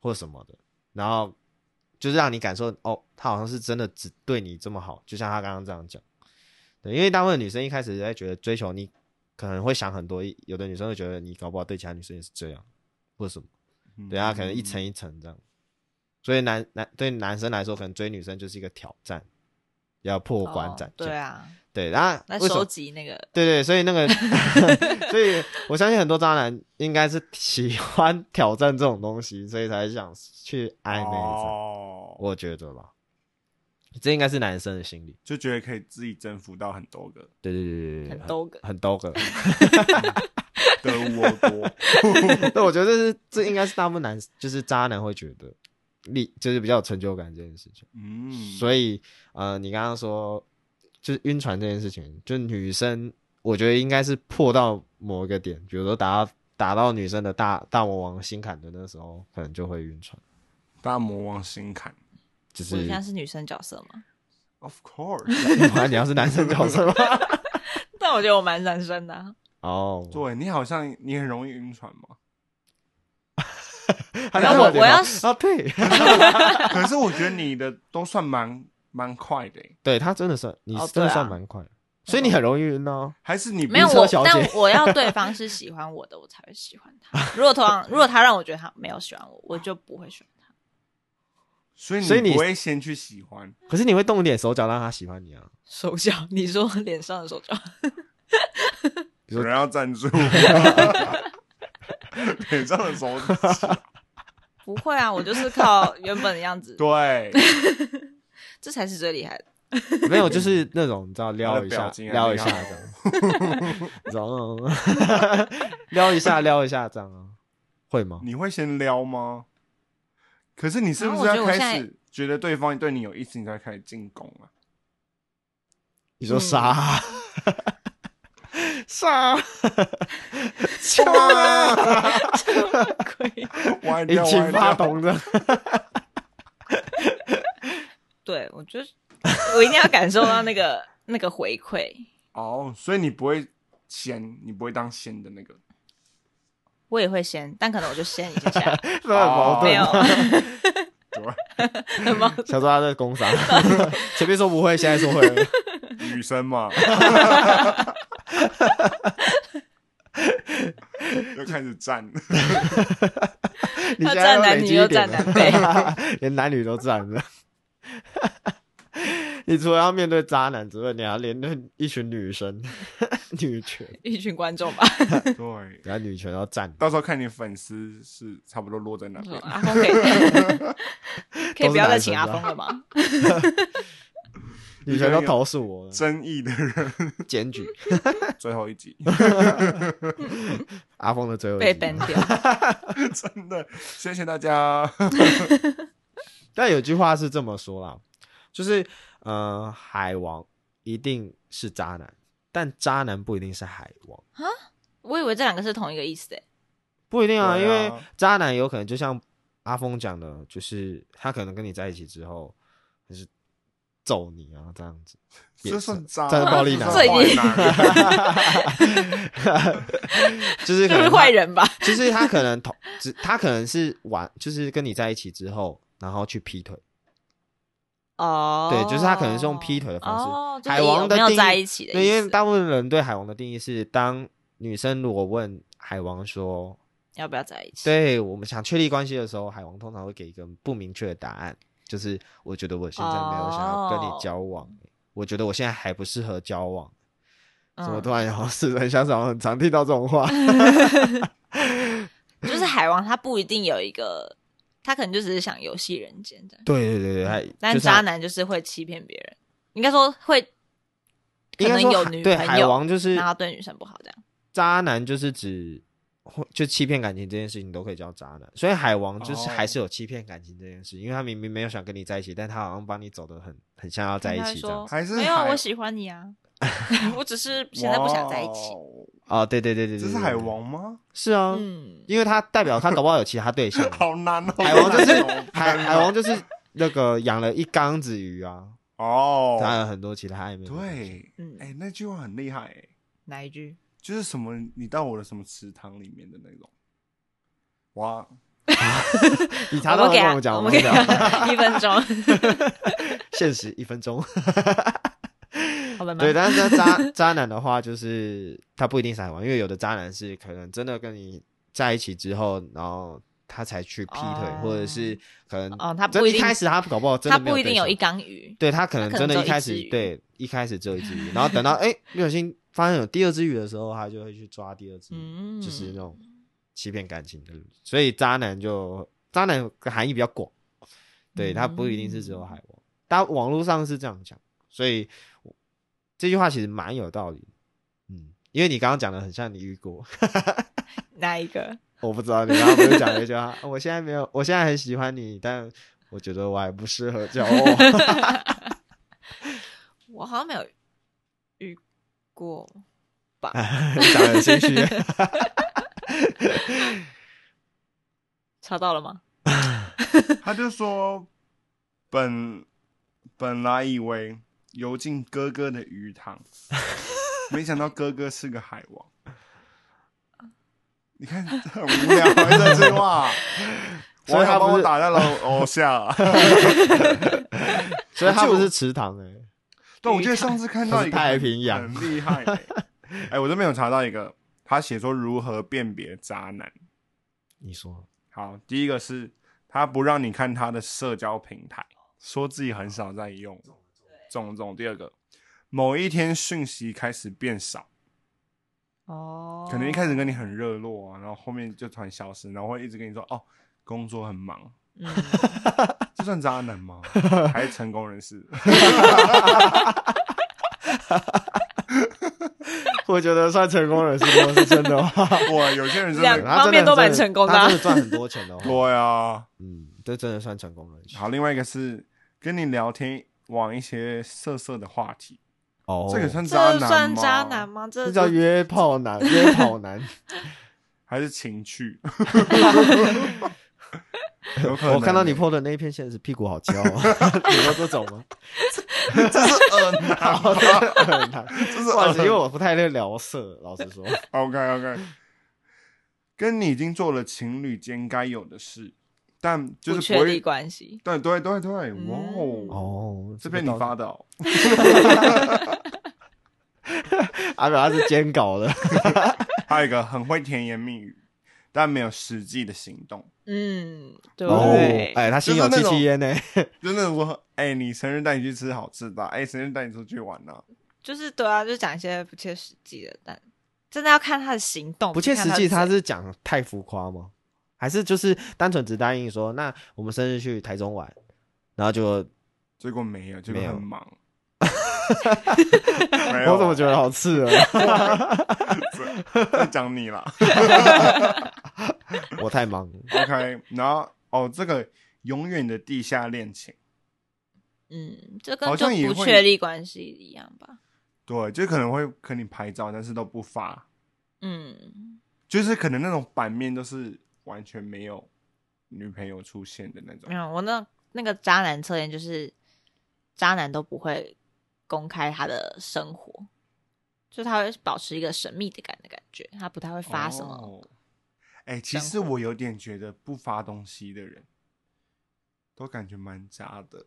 S1: 或什么的，然后就是让你感受哦，他好像是真的只对你这么好，就像他刚刚这样讲。对，因为大部分女生一开始在觉得追求你，可能会想很多，有的女生会觉得你搞不好对其他女生也是这样，或什么。
S2: 嗯
S1: 对啊，可能一
S3: 嗯
S1: 层一层这样。所以男男对男生来说，可能追女生就是一个挑战，要破关斩
S3: 哦
S1: 将。
S3: 对啊，
S1: 对，然后
S3: 来
S1: 为什
S3: 收
S1: 么？
S3: 集那个
S1: 对对，所以那
S3: [laughs]
S1: 个， [laughs] 所以我相信很多渣男应该是喜欢挑战这种东西，所以才想去暧昧这样。
S2: 哦，
S1: 我觉得吧，这应该是男生的心理。
S2: 就觉得可以自己征服到很多个
S1: 对对对对对，啊
S3: 很多个
S1: 很多个。
S2: 得无我多。
S1: 对，我觉得这是这应该是大部分男就是渣男会觉得，你就是比较有成就感这件事情。
S2: 嗯，
S1: 所以呃，你刚刚说就是晕船这件事情，就女生，我觉得应该是破到某一个点，比如说达到达到女生的大大魔王心坎的那时候，可能就会晕船，
S2: 大魔王心坎
S1: 就
S3: 我
S1: 是
S3: 现在是女生角色吗？
S2: ，Of course。
S1: [laughs] 反
S2: [laughs]
S1: 正你要是男生角色吗？
S3: 但我觉得我蛮男生的啊、
S1: 哦，
S2: 对你好像你很容易晕船嘛，
S1: [laughs]
S2: [laughs]
S1: 他
S3: 然后我我要是
S1: 啊，对， [laughs]
S2: 可是我觉得你的都算蛮蛮快的欸，
S1: 对他真的算，你
S3: 哦
S1: 真的
S3: 对啊
S1: 算蛮快的，所以你很容易晕哦。
S2: 还是你不
S3: 没有
S1: 晕车
S3: 我
S1: 小，姐
S3: 但我要对方是喜欢我的，我才会喜欢他。如果同样，如果他让我觉得他没有喜欢我，我就不会喜欢他。
S2: 所以
S1: 所以你
S2: 你不会先去喜欢，
S3: 嗯
S1: 可是你会动一点手脚让他喜欢你啊，
S3: 手脚，你说脸上的手脚， [laughs]
S1: 比如
S2: 有
S1: 说
S2: 人要赞
S1: [laughs]
S2: 助，脸上的手指，
S3: 不会啊，我就是靠原本的样
S2: [laughs]
S3: 子，
S2: 对，
S3: 这才是最厉害的。 [laughs]
S1: 没有，就是那种你知道
S2: 他
S1: 撩
S2: 的
S1: 一
S2: 表
S1: 下，
S2: 情啊
S1: 撩
S2: 那
S1: 一
S2: 个
S1: 下这样，你知道那种撩一下，撩一下这样啊，会吗？
S2: 你会先撩吗？可是你是不
S3: 啊
S2: 是
S3: 我觉得
S2: 要
S3: 我
S2: 开
S3: 现
S2: 始觉得对方对你有意思，你才开始进攻啊？
S1: 你说
S3: 嗯
S1: 杀，嗯
S3: [laughs]
S1: 杀，杀，
S3: 鬼
S2: 歪掉
S1: 引
S2: 歪
S1: 擎
S2: 掉
S1: 发动的，
S3: 对我就是我一定要感受到那个那个回馈，
S2: 哦，所以你不会先，你不会当先的那个，
S3: 我也会先，但可能我就先一下
S1: [laughs]
S3: 下，
S1: 这很矛
S2: 哦
S1: 盾
S3: 没有。
S1: 啊。
S3: [laughs]
S2: 对，
S3: 很矛
S1: [laughs] 想说他在攻杀， [laughs] 前面说不会，现在说会了。
S2: 女生嘛，就开始站，
S1: 你现
S3: 要
S1: 在要
S3: 站男
S1: 累
S3: 女
S1: 积
S3: 又
S1: 一点
S3: 站男
S1: 了，连男女都占了。 [laughs] 你除了要面对渣男之外，你还要连对一群女生、 [laughs] 女权，
S3: 一群观众吧，
S2: 对，
S1: 然后女权要占，
S2: 到时候看你粉丝是差不多落在哪
S3: 说
S2: 边，
S3: 嗯阿峰可以可以 [laughs] 不要再请
S1: 都是男生吧
S3: 阿峰了吗？
S1: 女权都投诉我了，
S2: 争议的人，
S1: 检
S2: [laughs]
S1: 举
S2: 最后一集，
S1: 阿峰的最后一
S3: 被
S1: 集
S3: ban 掉，
S2: 真的，谢谢大家，
S1: 但有句话是这么说啦，就是呃，海王一定是渣男，但渣男不一定是海王，
S3: 我以为这两个是同一个意思欸诶。
S1: 不一定啊，
S2: 对
S1: 因
S2: 啊
S1: 为渣男有可能就像阿峰讲的，就是他可能跟你在一起之后，就是揍你啊这样子，也
S2: 这算渣，
S1: 这是暴力男
S2: 这算坏男
S1: 就是可能
S3: 就是
S1: 他
S3: [laughs] 坏，人吧？
S1: 就是他可能同，只他可能是玩，就是跟你在一起之后，然后去劈腿。
S3: 哦，
S1: 对就是他可能是用劈腿的方式
S3: 哦，就是
S1: 海王的
S3: 有
S1: 定
S3: 没有
S1: 义
S3: 在一起的
S1: 对，因
S3: 意
S1: 为
S3: 思，
S1: 大部分人对海王的定义是，当女生如果问海王说
S3: 要不要在一起？，
S1: 对我们想确立关系的时候，海王通常会给一个不明确的答案，就是我觉得我现在没有想要跟你交往，
S3: 哦
S1: 我觉得我现在还不适合交往。怎么突
S3: 嗯，
S1: 然好像似曾相识，好像很常听到这种话。 [laughs]
S3: 就是海王他不一定有一个，他可能就只是想游戏人间这样，
S1: 对对对对，还
S3: 但
S1: 就是
S3: 嗯渣男就是会欺骗别人，应该说会可
S1: 应该
S3: 能
S1: 说
S3: 有
S1: 海
S3: 女
S1: 对
S3: 朋
S1: 海
S3: 友，
S1: 王就是
S3: 然后对女生不好这样。
S1: 渣男，就是指或就欺骗感情这件事情都可以叫渣男，所以海王就是
S2: 哦
S1: 还是有欺骗感情这件事，因为他明明没有想跟你在一起，但他好像把你走得很很像要在一
S3: 他会
S1: 起这
S3: 说
S1: 样。
S2: 还是
S3: 没有
S2: 海
S3: 我喜欢
S1: [laughs]
S3: 你啊，我只是现在不想在一起。
S2: 哇哦
S1: 哦，对对对对对，
S2: 这是
S1: 对
S2: 海，王吗？，
S1: 是啊，
S3: 嗯，
S1: 因为他代表他搞不好有其他对象
S2: 好哦难哦，
S1: 海王就是
S2: 这种
S1: 海海王就是那个养了一缸子鱼啊，他
S2: 哦，
S1: 有很多其他暧昧的东西。
S2: 对，
S3: 嗯
S2: 哎，那句话很厉害，哎，
S3: 哪一句？
S2: 就是什么你到我的什么池塘里面的那种，哇，
S1: 你查
S3: 我
S1: 到了
S3: 们给
S1: 跟
S3: 他
S1: 我讲，
S3: 我
S1: 我啊
S3: 们
S1: 们
S3: 给啊
S1: 讲，
S3: 他 [laughs] 一分钟，
S1: [laughs] 限时一分钟。
S3: 好了吗？
S1: 对，但是渣 [laughs] 渣男的话，就是他不一定是海王，因为有的渣男是可能真的跟你在一起之后，然后他才去劈腿，
S3: 哦
S1: 或者是可能
S3: 哦他不
S1: 真
S3: 一定
S1: 一开始他搞不好真
S3: 他
S1: 的没
S3: 不一定有
S1: 对
S3: 一
S1: 手，
S3: 缸鱼，
S1: 对他可能
S3: 他可
S1: 真
S3: 能
S1: 的一
S3: 只有
S1: 开
S3: 一
S1: 始
S3: 只鱼
S1: 对一开始只有一只鱼，然后等到哎不小心发现有第二只鱼的时候，他就会去抓第二只鱼，
S3: [laughs] 嗯，
S1: 就是那种欺骗感情的，所以渣男就渣男含义比较广，对他不一定是只
S3: 嗯
S1: 有海王，但网络上是这样讲，所以我这句话其实蛮有道理的，嗯，因为你刚刚讲的很像你遇过，
S3: 哪一个？
S1: 我不知道你刚刚不是讲了一句话，我现在没有，我现在很喜欢你，但我觉得我还不适合交往，
S3: 我好像没有遇过，
S1: 讲的很心
S3: [laughs]
S1: 虚，
S3: 查到了吗？
S2: 他就说本本来以为游进哥哥的鱼塘，没想到哥哥是个海王。你看，很无聊啊这句话。
S1: [laughs] 所以他
S2: 网友帮
S1: 不
S2: 我
S1: 是
S2: 打在啊了偶像。
S1: [laughs] 所以他不是池塘哎、
S2: 对，我记得上次看到一个
S1: 他是太平洋
S2: 很厉害的、哎、我这边有查到一个，他写说如何辨别渣男。
S1: 你说
S2: 好，第一个是他不让你看他的社交平台，说自己很少在用，种种。第二个，某一天讯息开始变少，
S3: 哦，
S2: 可能一开始跟你很热络啊，然后后面就突然消失，然后会一直跟你说哦，工作很忙，
S1: [laughs]
S3: 嗯，
S2: 这算渣男
S3: [laughs]
S2: 吗？还是成功人士？
S1: 我觉得算成功人士，如果是真的话，
S2: 哇，有些人真
S1: 对
S2: 的
S1: 他
S3: 两
S1: 真的
S3: [laughs] 方面都蛮
S1: 真的
S3: 成功的啊
S1: 他真的赚很多钱的话，
S2: 对啊。
S1: 嗯，这真的算成功人士。
S2: 好，另外一个是跟你聊天往一些色色的话题，
S1: 哦
S2: 这个算渣
S3: 这
S2: 男吗？
S3: 算渣男？吗？这
S1: 这叫约炮男，约炮
S2: [laughs]
S1: 男。
S2: 还是情趣？
S1: [laughs] 我看到你
S2: 碰，
S1: po 的那一篇现实，屁股好翘
S2: [laughs]
S1: 啊， [laughs] 你说这种吗？ [laughs]
S2: 这是恶男
S1: 呃好的，
S2: 这是
S1: 不好意
S2: 恶 [laughs]
S1: 思，因为我不太会聊色，老实说。
S2: OK OK，跟你已经做了情侣间该有的事，但就
S3: 不
S2: 是不
S3: 确
S2: 会
S3: 立关系，
S2: 对对对对，
S3: 嗯
S2: 哇 [laughs] 哦，
S1: 哦，
S2: 这边你发的哦，
S1: 阿表他是监稿的，
S2: 还有一个很会甜言蜜语，但没有实际的行动，
S3: 嗯，对不
S1: 哦
S3: 对，？
S1: 哎，他心有戚戚焉呢。
S2: 真的说，哎，你生日带你去吃好吃的，哎，生日带你出去玩呢，
S3: 就是对啊，就讲一些不切实际的，但真的要看他的行动，
S1: 不切实际，他
S3: 他
S1: 是讲太浮夸吗？还是就是单纯只答应说，那我们生日去台中玩，然后就
S2: 结果没有，结果
S1: 没有
S2: 很
S1: [laughs]
S2: 忙。
S1: 我
S2: 啊
S1: 怎么觉得好刺啊耳？
S2: 得在讲你啦
S1: [laughs] 我太忙了。
S2: ？OK，然后哦，这个永远的地下恋情。
S3: 嗯，这跟
S2: 好
S3: 就
S2: 像也
S3: 不
S2: 会
S3: 确立关系一样吧，
S2: 对，就可能会跟你拍照，但是都不发，
S3: 嗯，
S2: 就是可能那种版面都是完全没有女朋友出现的那种
S3: 没。有，我那那个渣男测验就是渣男都不会公开他的生活，就他会保持一个神秘的感的感觉，他不太会发什么。
S2: 哦？哎、其实我有点觉得不发东西的人，都感觉蛮渣的。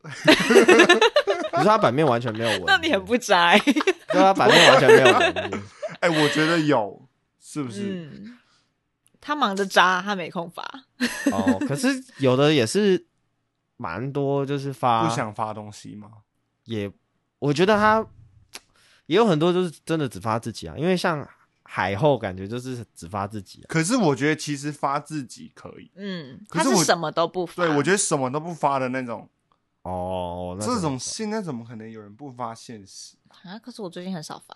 S1: 你说他版面完全没有文字，
S3: 那你很不渣、欸，
S1: 对 [laughs] 他版面完全没有文字。
S2: 哎、我觉得有，是不是？
S3: 嗯，他忙着渣，他没空发。
S1: [laughs] 哦，可是有的也是蛮多，就是发
S3: 嗯
S2: 不想发东西吗？
S1: 也，我觉得他也有很多就是真的只发自己啊，因为像海后感觉就是只发自己啊。
S2: 可是我觉得其实发自己可以。
S3: 嗯，
S2: 可
S3: 他
S2: 是我
S3: 是什么都不发。
S2: 对，我觉得什么都不发的那种，
S1: 哦，那
S2: 这
S1: 怎么
S2: 种
S1: 说
S2: 现在怎么可能有人不发现实？
S3: 得啊，可是我最近很少发、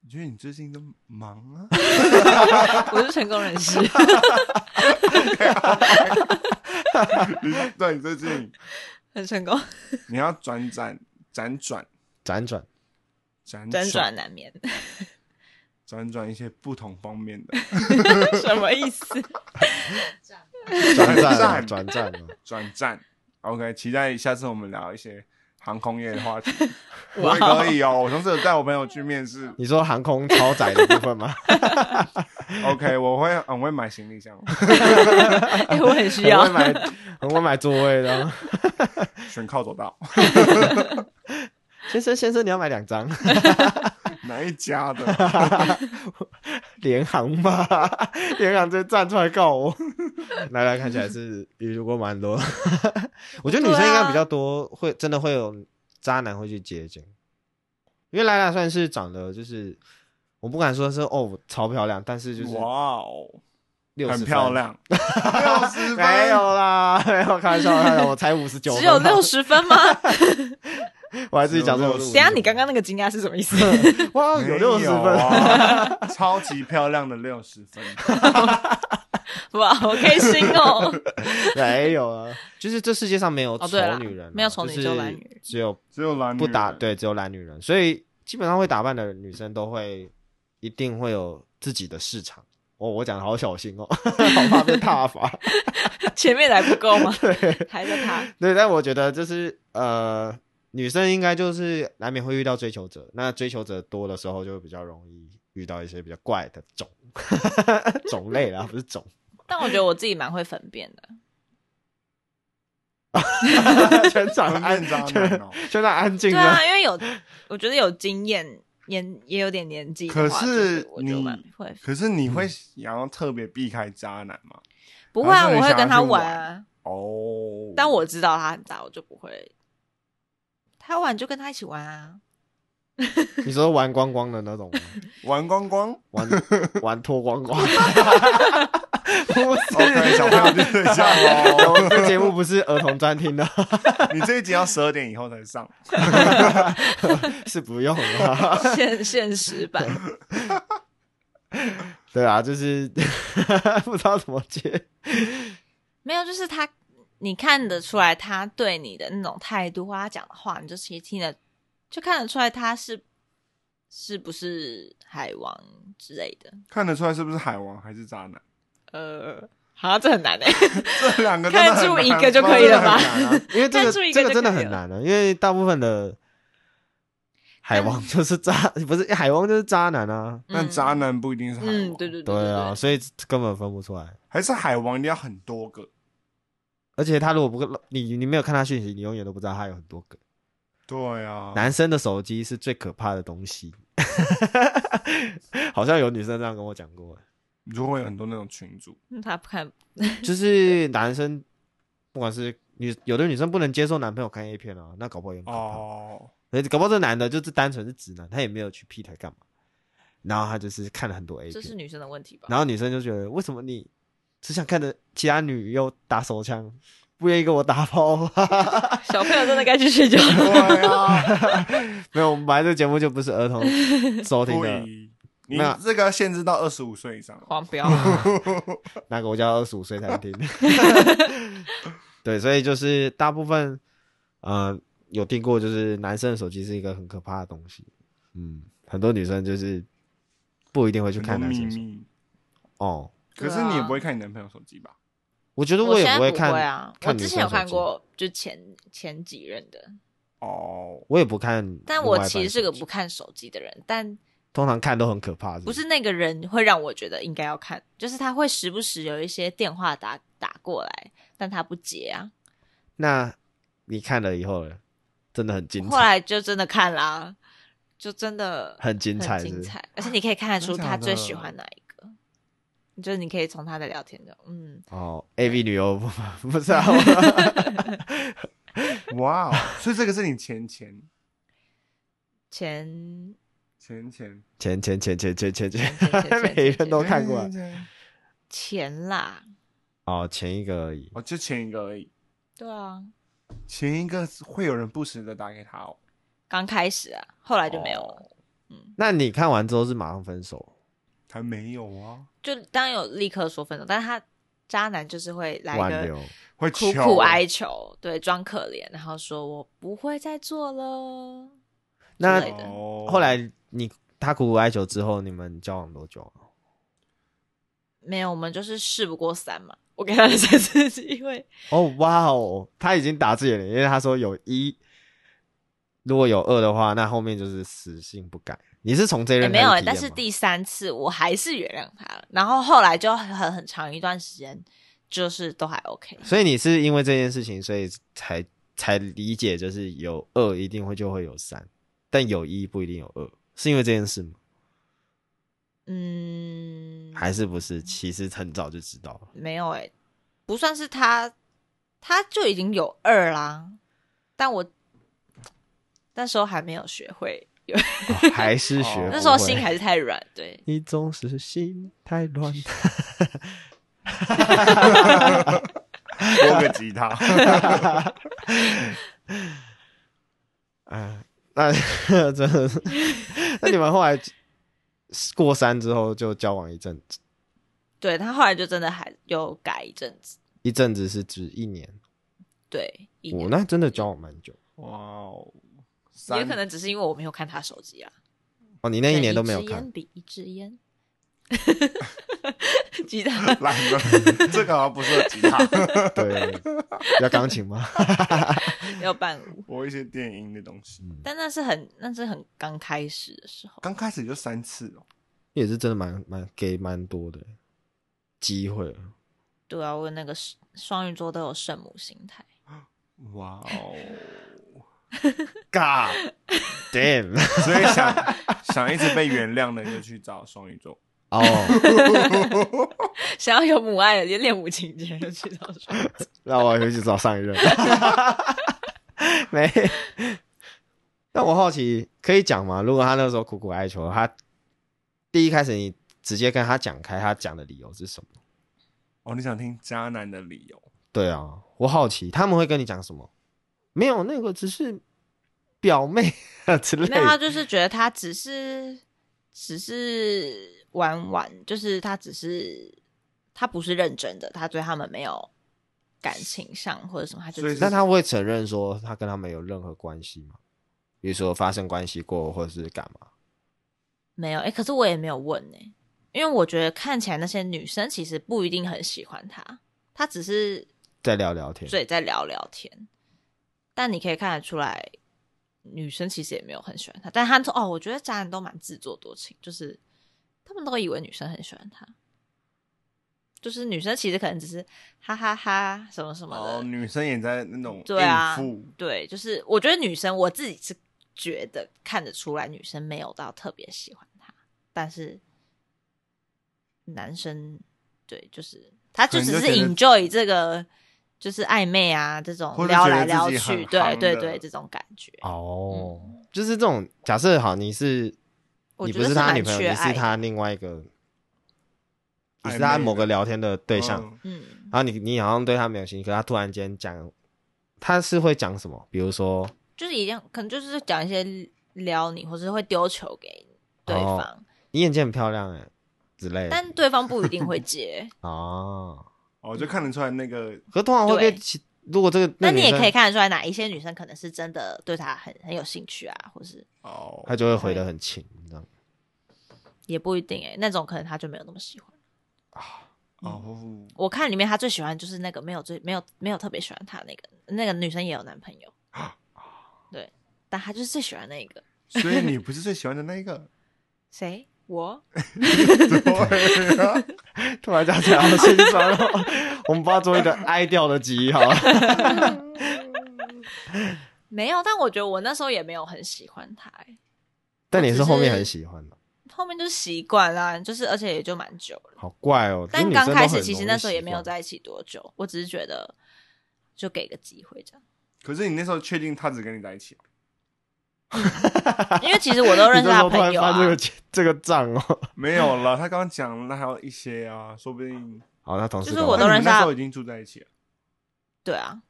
S2: 你觉得你最近都忙啊？
S3: 欸我是成功人士，
S2: [laughs] 你对，你最近
S3: 很成功，
S2: 你要转展辗转
S1: 辗转，
S2: 辗
S3: [laughs] 辗转难眠，
S2: 辗转一些不同方面的
S3: 什么意思？
S1: 转战
S2: [laughs] 转
S1: 啊，转战啊，
S2: 转战。OK，期待下次我们聊一些航空业的话
S3: [laughs]
S2: 题。
S3: 哇
S2: 我也可以哦，我上次有带我朋友去面试。
S1: 你说航空超载的部分
S2: [laughs]
S1: 吗？
S2: OK，我会很会买行李箱，
S3: 哎我很需
S1: 很
S3: 要
S1: 会。买，很会买座位的啊。
S2: 选靠走道，
S1: 先生，先生，你要买两张，
S2: 哪一家的？
S1: 联航吗？ [laughs] 联航就站出来告我。 [laughs] 来来，看起来是遇过蛮 [laughs] 多。我觉得女生应该比较多，会真的会有渣男会去接近，因为莱拉算是长得就是，我不敢说是哦超漂亮，但是就是
S2: 哇哦，
S1: 六
S2: 很漂。 [laughs] 亮，六十分
S1: 没有啦， [laughs] 没有开玩笑，开玩笑我才五十九，啊
S3: 只有六，十分
S2: [laughs]
S3: 吗？
S1: 我还自己讲说我
S2: 只有
S1: 是59。
S2: 60
S3: 等一下你刚刚那个惊讶是什么
S2: [laughs]
S3: 意思？
S1: 哇有六十
S2: 没有
S1: 分，
S2: 啊，超级漂亮的六十分，
S3: 哇，好开心哦！
S1: 没有啊，就是这世界上没有
S3: 哦
S1: 丑
S3: 对啦
S1: 女人啊，
S3: 没有丑女
S1: 就
S3: 只有
S1: 是
S3: 懒女人
S1: 只有
S2: 只有男女
S1: 不打
S2: 人，
S1: 对，只有懒女人，所以基本上会打扮的女生都会一定会有自己的市场。哦，我讲的好小心哦， [laughs] 好怕被踏伐。
S3: [laughs] 前面来不
S2: [laughs]
S3: 够吗？还在他
S1: 对，但我觉得就是呃，女生应该就是难免会遇到追求者，那追求者多的时候就会比较容易遇到一些比较怪的种 [laughs] 种类啦，不是种。 [laughs]
S3: 但我觉得我自己蛮会分辨的，
S1: 全场
S2: 分
S1: 安
S2: 辨渣男
S1: 全
S2: 哦。
S1: 全场安静
S3: 对
S1: 的。
S3: 啊，因为有，我觉得有经验，年也有点年纪的
S2: 可
S3: 话，就是我就
S2: 你
S3: 蛮会，
S2: [laughs] 可是你会想要特别避开渣男吗？
S3: 不会啊，
S2: 还是
S3: 我
S2: 你
S3: 会
S2: 想
S3: 跟
S2: 要
S3: 他
S2: 去
S3: 玩啊
S2: 玩，哦，
S3: 但我知道他很大，我就不会。他玩就跟他一起
S2: [laughs]
S3: 玩啊，
S1: 你说玩光光的那种吗，
S2: 玩光光
S1: 玩玩脱光
S2: [laughs]
S1: 光。不
S2: ，OK，
S3: [laughs]
S1: 是，
S2: 小朋友就哦对象哦。
S1: 我这节目不是儿童专听的，
S2: [laughs]
S1: [laughs]
S2: 你这一集要十二点以后才上，
S1: 是不用了。
S3: 现现实版。
S1: 对啊，就是 [laughs] 不知道怎么接。
S3: 没有，就是他，你看得出来他对你的那种态度或他讲的话，你就其实听得就看得出来他是是不是海王之类的。
S2: 看得出来是不是海王还是渣男？ [laughs]
S3: 呃，好、像这很难哎、欸。
S2: 这两个真的很难
S3: 看出一个就可以了吧
S2: 真的很难啊
S1: 因为这个
S3: 看出一个
S1: 这个
S3: 就
S1: 真的
S3: 可以
S1: 很难的，啊因为大部分的海王就是渣，不是海王就是渣男啊。
S2: 但渣男不一定是海
S3: [laughs] 嗯，
S2: 王，
S3: 对对对
S1: 对啊，所以根本分不出来。
S2: 还是海王一定要很多个。
S1: 而且他如果不跟你，你没有看他讯息，你永远都不知道他有很多个。
S2: 对啊，
S1: 男生的手机是最可怕的东西， [laughs] 好像有女生这样跟我讲过，欸
S2: 你就会有很多那种群主，
S3: 对他不看
S1: 就是男生不管是女有的女生不能接受男朋友看 A 片啊，那搞不好也很可怕。
S2: 哦，
S1: 而且搞不好这男的就是单纯是直男，他也没有去 P 台干嘛，然后他就是看了很多 A
S3: 这是
S1: 片，
S3: 女生的问题吧？
S1: 然后女生就觉得为什么你只想看着其他女优打手枪，不愿意跟我打炮？
S3: 小朋友真的该去睡觉了。 [laughs]
S2: 对啊，
S1: [laughs] 没有，我们本来这个节目就不是儿童收听
S2: [laughs] 不
S1: 的，
S2: 宜。你
S1: 那
S2: 这个限制到二十五岁以上，
S3: 黄标，
S1: 嗯那个我叫二十五岁才能听。对，所以就是大部分，呃，有听过，就是男生的手机是一个很可怕的东西。嗯，很多女生就是不一定会去
S2: 很
S1: 看
S2: 多
S1: 男
S2: 秘
S1: 生手
S2: 密。
S1: 哦。
S2: 可是你也不会看你男朋友手机吧？
S1: 我觉得
S3: 我
S1: 也
S3: 现在
S1: 不会
S3: 不
S1: 看，
S3: 会啊。我
S1: 看女
S3: 之
S1: 生
S3: 前有
S1: 手
S3: 看
S1: 机
S3: 过，就前前几任的，
S2: 哦，
S1: 我也不看。
S3: 但我其实是个不，看手机的人，但
S1: 通常看都很可怕。
S3: 不
S1: 是
S3: 是那个人会让我觉得应该要看，就是他会时不时有一些电话打打过来，但他不接啊。
S1: 那你看了以后呢，真的很精
S3: 后
S1: 彩，
S3: 来就真的看啦，就真的
S1: 很精彩，
S3: 很
S1: 是
S3: 精
S1: 不是。
S3: 彩，而且你可以看得
S2: 真
S3: 出
S2: 的
S3: 他
S2: 假的
S3: 最喜欢哪一个，就是你可以从他的聊天中，嗯，
S1: 哦，A V 女优不不是啊，我
S2: 哇，哦，所以这个是你前前
S3: 前
S2: 前前
S1: 前前前前前前前
S3: 前前前前，
S1: 每人都看过啊
S2: 前前
S3: 前啦，
S1: 哦，前一个而已。
S2: 哦，就前一个而已，
S3: 对啊，
S2: 前一个会有人不时的打给他哦，
S3: 刚开始啊，后来就没有了，
S2: 哦
S3: 嗯，
S1: 那你看完之后是马上分手，
S2: 还没有啊，
S3: 就当然有立刻说分手，但是他渣男就是会来一
S1: 挽
S3: 个
S1: 留？啊
S2: 会
S3: 苦
S2: 求啊
S3: 苦哀求，对，装可怜，然后说我不会再做了。
S1: 那
S3: 之类的
S2: 哦
S1: 后来你他苦苦哀求之后，你们交往多久啊？
S3: 没有，我们就是事不过三嘛。我给他的 [laughs] 这次机会，
S1: 哦，哇哦，他已经打自己的脸，因为他说有一，如果有二的话，那后面就是死性不改。你是从这一
S3: 也
S1: 任
S3: 没有、
S1: 开始
S3: 欸，
S1: 体验吗、
S3: 但是第三次我还是原谅他了。然后后来就很很长一段时间，就是都还 OK。
S1: 所以你是因为这件事情，所以才才理解，就是有二一定会就会有三，但有一不一定有二，是因为这件事吗？
S3: 嗯，
S1: 还是不是？其实很早就知道 [laughs] 了。
S3: 没有哎、不算是他，他就已经有二啦。但我那时候还没有学会，有
S1: 哦还是学不
S2: 哦
S1: 会
S3: 那时候心还是太软，对。
S1: 你总是心太乱。
S2: 多个吉他，
S1: 啊， [laughs] 那真的是，那你们后来过山之后就交往一阵子，
S3: 对他后来就真的还有改一阵子，
S1: 一阵子是指一年，
S3: 对，一
S1: 我
S3: 年
S1: 那真的交往蛮久
S2: [laughs] 哇哦，三
S3: 也可能只是因为我没有看他手机啊。
S1: 哦。你那一
S3: 对
S1: 年都没有
S3: 一支
S1: 看
S3: 烟，比一支
S1: [laughs]
S3: 烟。吉他
S2: 懒得， [laughs] 这个好像不是吉
S3: [laughs]
S2: 他，
S1: 对，要钢琴吗？
S3: 要伴舞，
S2: 我一些电音的东西，
S1: 嗯
S3: 但那是很那是很刚开始的时候，
S2: 刚开始就三次哦，
S1: 也是真的蛮蛮给蛮多的机会，
S3: 对啊，我有那个是双鱼座都有圣母心态，
S2: 哇哦，
S1: 尬
S3: [laughs]
S1: damn
S2: 所以想想一直被原谅的就去找双鱼座，
S1: 哦，
S3: 想要有母爱的，就恋母情节就去到双鱼座
S1: 那我回去找上一任， [laughs] 没。那我好奇，可以讲吗？如果他那时候苦苦哀求，他第一开始你直接跟他讲开，他讲的理由是什么？
S2: 哦，你想听渣男的理由？
S1: 对啊，我好奇他们会跟你讲什么？没有，那个只是表妹啊之类
S3: 没有，他
S1: 的。
S3: 就是觉得他只是只是玩玩，就是他只是他不是认真的，他对他们没有感情上或者什么，他就
S2: 所以
S1: [laughs]
S3: 只
S1: 但
S3: 是
S1: 他会承认说他跟他们有任何关系吗？比如说发生关系过，或者是干嘛？
S3: 没有，哎、可是我也没有问呢、因为我觉得看起来那些女生其实不一定很喜欢他，他只是
S1: 再聊聊天。
S3: 嘴在聊聊天，但你可以看得出来，女生其实也没有很喜欢他。但他说：“哦，我觉得渣男都蛮自作多情，就是他们都以为女生很喜欢他，就是女生其实可能只是哈哈哈什么什么的。
S2: 哦，女生也在那种
S3: 对啊
S2: 应付，
S3: 对，就是我觉得女生我自己是觉得看得出来，女生没有到特别喜欢他，但是男生对，就是他就
S2: 可能
S3: 只
S2: 就是觉得
S3: enjoy 这个就是暧昧啊这种
S2: 或者
S3: 撩
S2: 觉得
S3: 来
S2: 自
S3: 撩
S2: 己
S3: 去，
S2: 很
S3: 对
S2: 夯
S3: 对
S2: 的
S3: 对，这种感觉，
S1: 哦，就是这种假设好，你是
S3: 我
S1: 你
S3: 觉
S1: 不
S3: 得
S1: 是
S3: 是
S1: 他
S3: 蛮
S1: 女朋友，
S3: 缺
S1: 你
S3: 爱
S1: 是
S3: 的
S1: 他另外一个，你是
S2: 暧
S1: 他
S2: 昧
S1: 某
S2: 的
S1: 个聊天的对象，
S2: 嗯
S3: 嗯，
S1: 然后你你好像对他没有兴趣，可他突然间讲，他是会讲什么？比如说
S3: 就是一样，可能就是讲一些撩你，或是会丢球给对
S1: 哦
S3: 方，
S1: 你眼睛很漂亮哎之类的
S3: 但对方不一定会
S2: [laughs]
S3: 接，
S1: 哦，
S2: 哦，就看得出来那
S3: 嗯
S2: 个
S1: 可通常会被
S3: 对
S1: 其如果这个那
S3: 但你也
S1: 女生
S3: 可以看得出来，哪一些女生可能是真的对他很很有兴趣啊，或是
S2: 哦，
S1: 他就会回的很勤这样。
S3: 也不一定哎、那种可能他就没有那么喜欢。
S2: 哦，
S3: 我看里面他最喜欢就是那个没有最没有没有特别喜欢他那个那个女生也有男朋
S1: [laughs]
S3: 友，对，但他就是最喜欢那个
S2: 所以你不是最喜欢的那一
S1: [laughs]
S2: 个，
S3: 谁我
S2: 对啊
S1: [laughs] 突然讲起来好心酸哦， [laughs] 我们帮他做一个哀掉的集好
S3: [laughs]
S1: 了。
S3: 没有，但我觉得我那时候也没有很喜欢他、欸，
S1: 但你
S3: 只
S1: 是后面
S3: 是
S1: 很喜欢的，
S3: 后面就习惯啦，就是而且也就蛮久了。
S1: 好怪哦。这
S3: 但
S1: 女
S3: 刚
S1: 生都
S3: 开始
S1: 很
S3: 其实
S1: 容易
S3: 那时候
S1: 习
S3: 也没有
S1: 惯
S3: 在一起多久，我只是觉得就给个机会这
S1: [laughs]
S3: 样。
S2: 可是你那时候确定他只跟你在一起，
S3: 因为其实我都认
S1: 你
S3: 识
S1: 这时
S3: 他
S1: 候突然
S3: 朋友
S1: 翻这
S3: 啊
S1: 个， [laughs] 这个账哦。
S2: 没有了。他刚刚讲了那还有一些啊，说不定
S1: 好，那同事
S3: 就是
S1: 干
S3: 我
S1: 嘛
S3: 都
S2: 那
S3: 认
S2: 你们
S3: 识啊
S2: 那
S3: 他
S2: 时候已经住在一起了，
S3: 对啊，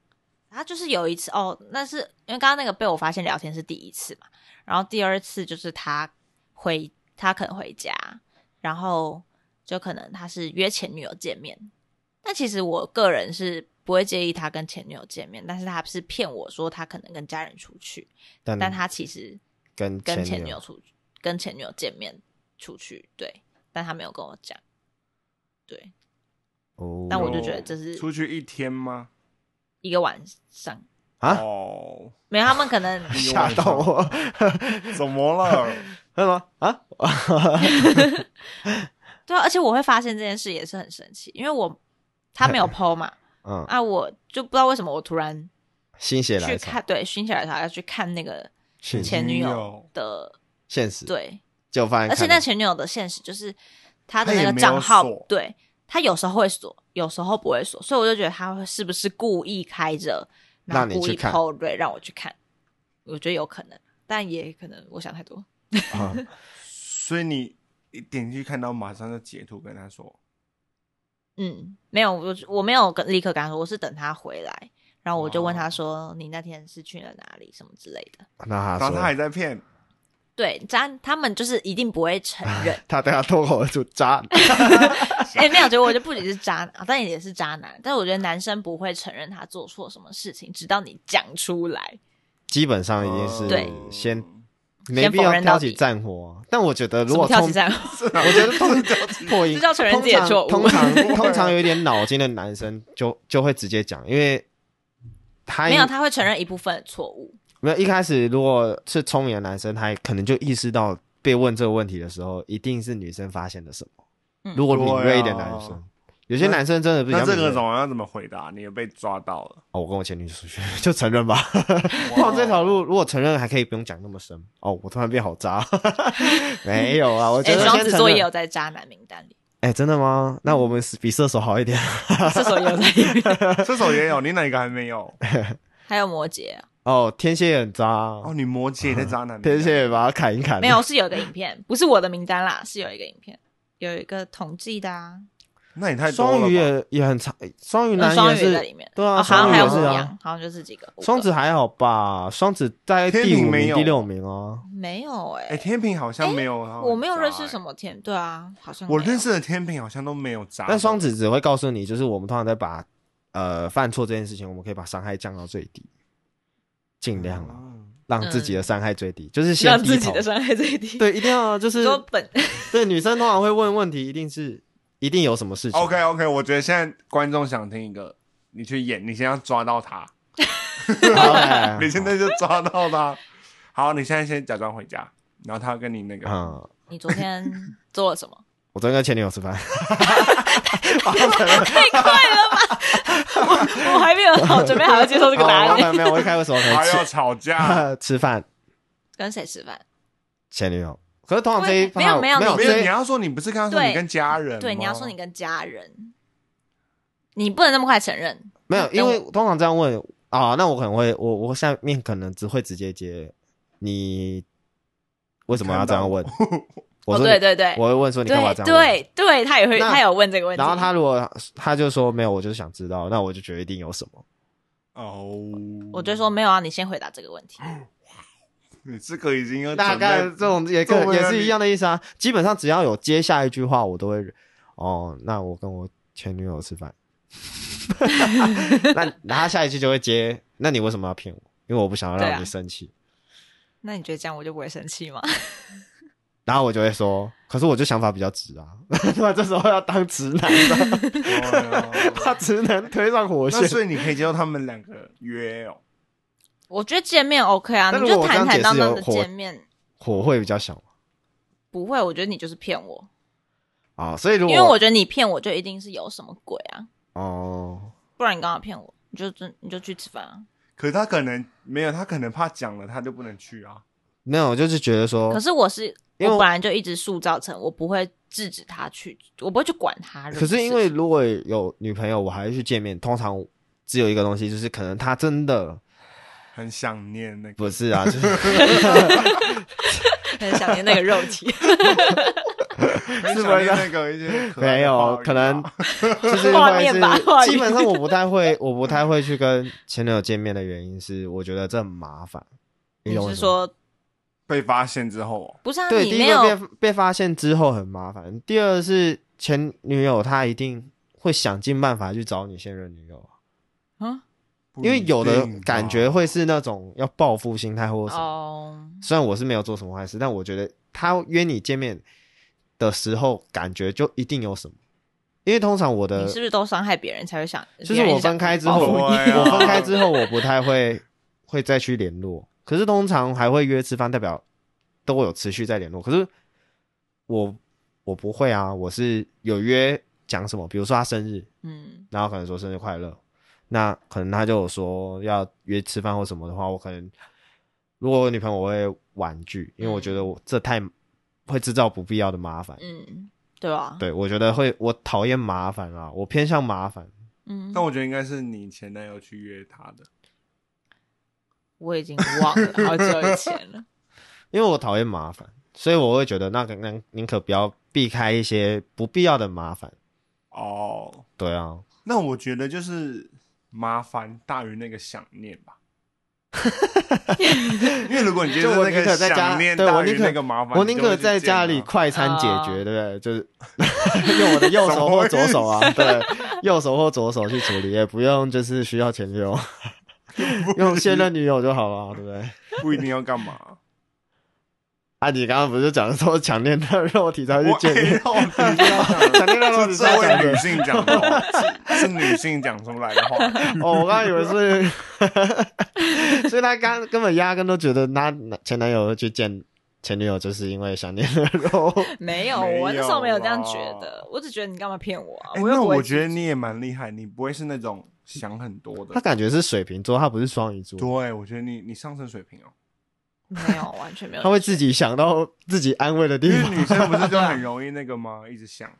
S3: 他就是有一次哦，那是因为刚刚那个被我发现聊天是第一次嘛，然后第二次就是他回他可能回家，然后就可能他是约前女友见面。但其实我个人是不会介意他跟前女友见面，但是他是骗我说他可能跟家人出去，
S1: 但
S3: 但他其实
S1: 跟
S3: 跟
S1: 前
S3: 嗯前
S1: 女
S3: 女友出去，跟前女友见面出去，对，但他没有跟我讲，对，
S1: 哦，
S3: 但我就
S2: 有
S3: 觉得这是
S2: 出去一天吗？
S3: 一个晚上，
S1: 啊
S2: 哦，
S3: 没有他们可 [laughs] 能
S1: 吓到我，
S2: 怎么了？
S1: 他说啊，
S3: 对啊，而且我会发现这件事也是很神奇，因为我他没有 PO 嘛，
S1: 嗯，
S3: 啊，我就不知道为什么我突然
S1: 心血来
S3: 去
S1: 潮，
S3: 看，对，熏起来他要去看那个
S1: 是
S3: 前女
S2: 女
S3: 友
S2: 友
S3: 的，
S1: 现实，
S3: 对，
S1: 就发现
S3: 而且
S1: 看到
S3: 那前女友的现实就是她的
S2: 她
S3: 那
S2: 也
S3: 个
S2: 没有
S3: 账号
S2: 锁，
S3: 对她有时候会锁，有时候不会锁，所以我就觉得她是不是故意开着，然
S1: 让
S3: 后
S1: 你
S3: 故
S1: 去
S3: 意
S1: 看
S3: 抛对让我去看，我觉得有可能，但也可能我想太多。
S1: 啊
S2: 所以你一点进去看到，马上就截图跟他说，
S3: 嗯，没有，我我没有跟立刻跟他说，我是等他回来，然后我就问
S2: 哦
S3: 他说：“你那天是去了哪里？什么之类的。
S1: 那
S2: 然
S1: 他
S2: 后他还
S1: 说
S2: 在骗，”
S3: 对，渣他们就是一定不会承
S1: [laughs]。
S3: 认
S1: 他对他脱口而出渣，
S3: 哎、没有，觉得我就不仅是渣男，啊但也是渣男。但我觉得男生不会承认他做错什么事情，直到你讲出来。
S1: 基本上已经
S3: 哦对
S1: 是先没
S3: 先
S1: 必
S3: 否
S1: 要
S3: 认到
S1: 挑起
S3: 底
S1: 战火啊，但我觉得
S3: 什
S1: 如
S3: 么
S1: 果
S3: 跳
S1: 通
S3: 起站？
S1: 我觉得 [laughs] 破破音，
S3: 这叫承认自己的错误
S1: 通常通
S3: [laughs]
S1: 常通常有一点脑筋的男生就就会直接讲，因为他
S3: [laughs] 没有，他会承认一部分的错误。
S1: 没有一开始如果是聪明的男生，他可能就意识到被问这个问题的时候，一定是女生发现了什么。
S3: 嗯
S1: 如果敏锐一点
S2: 对
S1: 男
S2: 啊
S1: 生，有些男生真的比较
S2: 那这
S1: 敏
S2: 个
S1: 锐
S2: 怎么要怎么回答？你也被抓到了，
S1: 哦，我跟我前女友出去就承认
S2: [laughs]
S1: 吧。往
S2: 哦
S1: 这条路，如果承认还可以不用讲那么深。哦，我突然变好
S2: [laughs]
S1: 渣，没有啊，我
S3: 哎
S1: 觉，得
S3: 双
S1: 先
S3: 子
S1: 承
S3: 座也
S1: 认
S3: 有嗯在渣男名
S1: [laughs]
S3: 单里，
S1: 哎，真的吗？那我们是比射手好一点。
S3: 射手也有在里面，
S2: 射手也有，你哪一个还没有？
S3: 还有摩羯啊、
S1: 哦，天蝎也很渣啊。
S2: 哦，你摩羯的渣男，
S1: 天蝎把它砍一砍，
S3: 没有，是有一个影片，不是我的名单啦，是有一个影片，有一个统计的啊，
S2: 那你太多了吧
S1: 双鱼也也很长，双鱼
S3: 有
S1: 男
S3: 嗯
S1: 也
S3: 双鱼在
S1: 是
S3: 里面，
S1: 对啊
S3: 哦好像
S2: 双鱼
S3: 还有
S2: 也是
S3: 母
S1: 啊
S3: 羊，好像就是几个五个
S1: 双子还好吧？双子在第
S2: 天
S1: 五
S2: 平没
S1: 名、
S2: 有
S1: 第六名哦。
S3: 没有哎、
S2: 哎，天平好像没有，
S3: 我没有认识什
S2: 么，
S3: 么天，对啊，好像
S2: 我
S3: 没有
S2: 认识的天平好像都没有渣，
S1: 但双子只会告诉你，就是我们通常在把呃犯错这件事情，我们可以把伤害降到最低，尽量啊，
S2: 嗯
S1: 让自己的伤害最低，就是先
S3: 嗯让
S1: 低
S3: 自己
S1: 头
S3: 的。伤害最低。，
S1: 对，一定要就是
S3: 说
S1: [laughs]
S3: 本
S1: 对女生通常会问问题，一定是一定有什么事情。
S2: OK OK，我觉得现在观众想听一个，你去演，你先要抓到他，
S1: 好哎
S2: 你现在就抓到他。好，你现在先假装回家，然后他要跟你那个，
S1: 嗯，
S3: 你昨天做了什么？ [laughs]
S1: 我昨天跟前女友吃饭，
S3: 太快了吧！我我还没有好准备好要接受这个答
S1: 好啊 [laughs]
S3: 案
S1: 没
S3: 呢。
S1: 有没有，我一开始我可能
S2: 他要
S1: 吃
S2: 吵架，
S3: 啊
S1: 吃饭
S3: [laughs] 跟谁吃饭？
S1: 前女友。可是通常这一
S3: 对没有
S1: 趴
S3: 没有
S1: [laughs] 没有
S2: 没
S1: 这
S2: 有，
S1: 一
S2: 你要说你不是刚刚说
S3: 对
S2: 你跟家人吗，
S3: 对，你要说你跟家人，你不能那么快承认。
S1: 没有，
S3: 等
S1: 因为通常这样问啊，那我可能会，我我下面可能只会直接接你为什么要这样问？我
S3: 哦，
S1: 说
S3: 对
S1: 你、
S3: 对对，
S1: 我会问说你干嘛
S3: 对
S1: 这样问？
S3: 对对，他也会，
S1: 那
S3: 他有问这个问题。
S1: 然后他如果他就说没有，我就是想知道，那我就觉得一定有什么。
S2: 哦，
S3: 我就说没有啊，你先回答这个问题。
S1: 嗯
S2: 你这个已经要
S1: 大概
S2: 准
S1: 这
S2: 备
S1: 种也
S2: 准
S1: 跟
S2: 备
S1: 也
S2: 了
S1: 是
S2: 你
S1: 一样的意思啊。基本上只要有接下一句话，我都会哦，那我跟我前女友吃
S3: [laughs]
S1: 饭。那那他下一句就会接，那你为什么要骗我？因为我不想要
S3: 对
S1: 让
S3: 啊
S1: 你生气。
S3: 那你觉得这样我就不会生气吗？ [laughs]
S1: 然后我就会说，可是我就想法比较直啊， [laughs] 那这时候要当直男的，
S2: 对啊
S1: 把直男推上火线
S2: 那。所以你可以接受他们两个约哦，
S3: 我觉得见面 OK 啊，
S1: 但
S3: 你
S1: 如果
S3: 就
S1: 我这
S3: 坦
S1: 样
S3: 坦荡荡
S1: 解释
S3: 的
S1: 有火
S3: 见面，
S1: 火会比较小
S3: 不会。我觉得你就是骗我，
S1: 啊，所以如
S3: 因
S1: 果
S3: 为我觉得你骗我就一定是有什么鬼啊，
S1: 哦，
S3: 不然你干嘛骗我？你就真你就去吃饭啊。
S2: 可是他可能没有，他可能怕讲了他就不能去啊。
S1: 没有，我就是觉得说
S3: 可，是我是，
S1: 哦因为
S3: 我本来就一直塑造成我不会制止他去，我不会去管他。
S1: 可是因为如果有女朋友，我还会去见面，通常只有一个东西，就是可能他真的
S2: 很想念那个，
S1: 不是啊，就是
S3: [laughs] 很想念那个肉体，
S1: [laughs]
S2: 很想念那个一些可爱的
S1: 没有
S2: 话语啊，
S1: 可能就是
S3: [laughs] 画
S1: 会
S3: 面
S1: 是
S3: 吧画面
S1: 基本上我不太会，我不太会去跟前女友见面的原因是，我觉得这很麻烦。
S3: 你
S1: 懂我
S3: 是
S1: 什么
S3: 说
S2: 被发现之后哦，
S3: 不是啊，
S1: 对，
S3: 你
S1: 第
S3: 没
S1: 一个被
S3: 有
S1: 被发现之后很麻烦，第二是前女友她一定会想尽办法去找你现任女友啊，
S3: 嗯
S1: 因为有
S2: 不
S1: 的
S2: 一定吧
S1: 感觉会是那种要报复心态或者什么。
S3: 哦，
S1: 虽然我是没有做什么坏事，但我觉得他约你见面的时候，感觉就一定有什么。因为通常我的
S3: 你是不是都伤害别人才会想？
S1: 就是
S3: 别人
S1: 我分
S3: 想
S1: 开之后，
S2: 报复
S1: 我
S2: 你对啊
S1: 我分开之后，我不太会会再去联络。可是通常还会约吃饭，代表都有持续在联络。可是我我不会啊，我是有约讲什么，比如说他生日，
S3: 嗯，
S1: 然后可能说生日快乐，那可能他就有说要约吃饭或什么的话，我可能如果我有女朋友我会婉拒，因为我觉得我这太会制造不必要的麻烦。
S3: 嗯，对吧？
S1: 对，我觉得会，我讨厌麻烦啊，我偏向麻烦。
S3: 嗯，
S2: 但我觉得应该是你前男友去约她的。
S3: 我已经忘了好久以前
S1: [laughs]
S3: 了。
S1: 因为我讨厌麻烦，所以我会觉得那个那宁可不要避开一些不必要的麻烦。
S2: 哦，
S1: 对啊，
S2: 那我觉得就是麻烦大于那个想念吧。 [laughs] 因为如果你觉
S1: 就
S2: 得
S1: 我
S2: 那
S1: 宁可
S2: 个
S1: 在家
S2: 想念
S1: 对
S2: 大
S1: 我
S2: 于
S1: 宁可
S2: 那个麻烦，
S1: 我
S2: 你
S1: 宁
S2: 就
S1: 可
S2: 会去
S1: 在
S2: 见
S1: 家
S2: 啊
S1: 里快餐解决，对
S3: 哦
S1: 不对？就是 [laughs] 用我的右手或左手啊，对，右手或左手去处理，也不用就是需要前女
S2: [laughs]
S1: 友，用现任女友就好了，对不对？
S2: 不一定要干嘛。
S1: 啊，你刚刚不是讲说强烈的肉体
S2: [laughs]
S1: 才会
S2: 我哎
S1: 去见面？
S2: 我你这样讲
S1: 强烈的肉体
S2: 是
S1: 才
S2: 这
S1: 会
S2: 位女
S1: 见
S2: 性讲的话，是 [laughs] 是女性讲出来的
S1: [laughs]
S2: 话。
S1: 哦，我刚刚以为是， [laughs] 所以他刚根本压根都觉得他前男友会去见前女友，就是因为想念肉。
S3: 没有，
S2: 没
S3: 我那时候没有这样
S2: 有
S3: 觉
S2: 啦
S1: 啊
S3: 得，我只觉得你干嘛骗我啊？
S2: 哎
S3: 我又
S2: 那
S3: 不会
S2: 我觉得
S3: 自己
S2: 你也蛮厉害，你不会是那种想很多
S1: 他
S2: 的。
S1: 感觉是水瓶座，他不是双鱼座，
S2: 对，欸我觉得你你上升水平哦，
S3: 没有，完全没有。
S1: 他会自己想到自己安慰的地
S2: [laughs] 因为
S1: 方。
S2: 女生不 [laughs] 是就很容易那个吗？一直想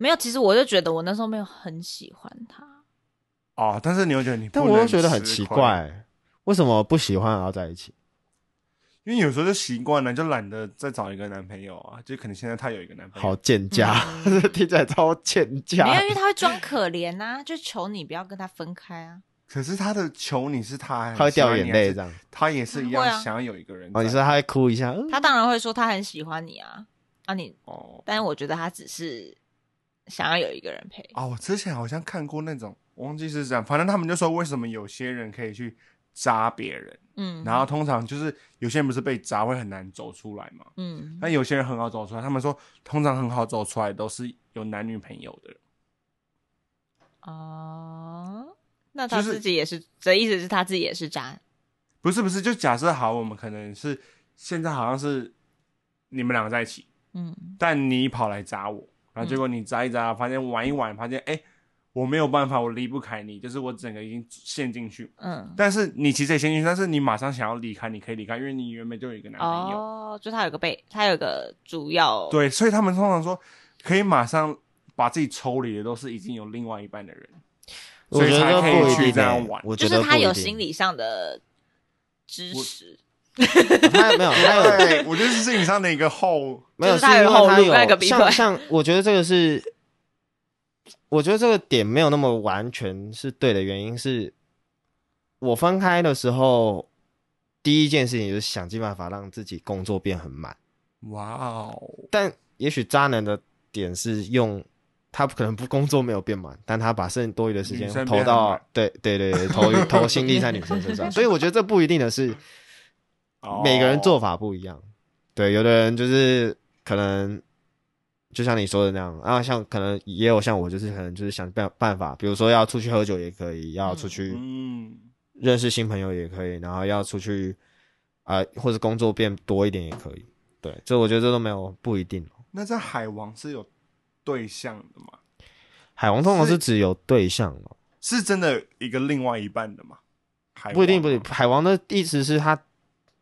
S3: 没有，其实我就觉得我那时候没有很喜欢
S1: [laughs]
S3: 他，
S2: 哦，但是你又觉得你，
S1: [laughs] 但我又觉得很奇，怪，为什么不喜欢然后在一起？
S2: 因为有时候就习惯了，就懒得再找一个男朋友啊，就可能现在她有一个男朋友，
S1: 好贱价，
S3: 嗯
S1: [laughs] 听起来超贱
S3: 没有，
S1: 价
S3: 因。为他会装可怜呐、就求你不要跟他分开啊。
S2: 可是她的求你是她很
S1: 他会掉
S2: 喜欢
S1: 眼
S2: 你还
S1: 泪
S2: 是
S1: 这样。哦
S2: 她也是一
S3: 会
S2: 样
S3: 啊
S2: 想要有一个人在。
S1: 哦，你说他会哭一下，嗯
S3: 他当然会说他很喜欢你啊，啊你，
S2: 哦
S3: 但是我觉得他只是想要有一个人陪。
S2: 啊，我之前好像看过那种，我忘记是这样，反正他们就说为什么有些人可以去扎别人，
S3: 嗯，
S2: 然后通常就是有些人不是被扎会很难走出来嘛，
S3: 嗯，
S2: 但有些人很好走出来，他们说通常很好走出来都是有男女朋友的人。
S3: 哦、那他
S2: 就是
S3: 自己也是，这意思是他自己也是渣。
S2: 不是不是，就假设好，我们可能是现在好像是你们两个在一起，
S3: 嗯
S2: 但你跑来砸我，然后结果你砸一砸，发现玩一玩，发现哎、诶我没有办法，我离不开你，就是我整个已经陷进去。
S3: 嗯，
S2: 但是你其实也陷进去，但是你马上想要离开，你可以离开，因为你原本就有一个男朋友。
S3: 哦，就他有个被，他有个主要，
S2: 对，所以他们通常说可以马上把自己抽离的，都是已经有另外一半的人。
S1: 我觉得
S2: 所以才
S1: 不
S2: 可
S1: 一
S2: 以去
S1: 定
S2: 这
S1: 欸
S2: 样玩，
S1: 我
S3: 就
S1: 觉
S3: 是
S1: 得
S3: 他
S1: 不一
S3: 有
S1: 定
S3: 心，理上的支持，
S1: [laughs] 他没有，他有
S2: 对，我觉得是心理上的一个后，
S1: 没有，
S3: 就是是他有
S1: 因为
S3: 后
S1: 他
S3: 路
S1: 有
S3: 那个比
S1: 像
S3: 对
S1: 像，我觉得这个是，我觉得这个点没有那么完全是对的原因是，我分开的时候，第一件事情就是想尽办法让自己工作变很满，
S2: 哇哦，
S1: 但也许渣男的点是用。他可能不工作没有变满，但他把剩多余的时间
S2: 女生变
S1: 投
S2: 很
S1: 到
S2: 满
S1: 对对对对投投心力在女生身
S2: [laughs]
S1: 上，所以我觉得这不一定的是每个人
S2: 嗯
S1: 做法不一样。对，有的人就是可能就像你说的那样啊，像可能也有像我，就是可能就是想办办法，比如说要出去喝酒也可以，要出去
S2: 嗯，
S1: 认识新朋友也可以，然后要出去啊、或者工作变多一点也可以。对，这我觉得这都没有不一定。哦
S2: 那在海王是有对象的吗？
S1: 海王通常
S2: 是
S1: 是只有对象哦，
S2: 是真的一个另外一半的吗？海王
S1: 不一定不一定。海王的意思是他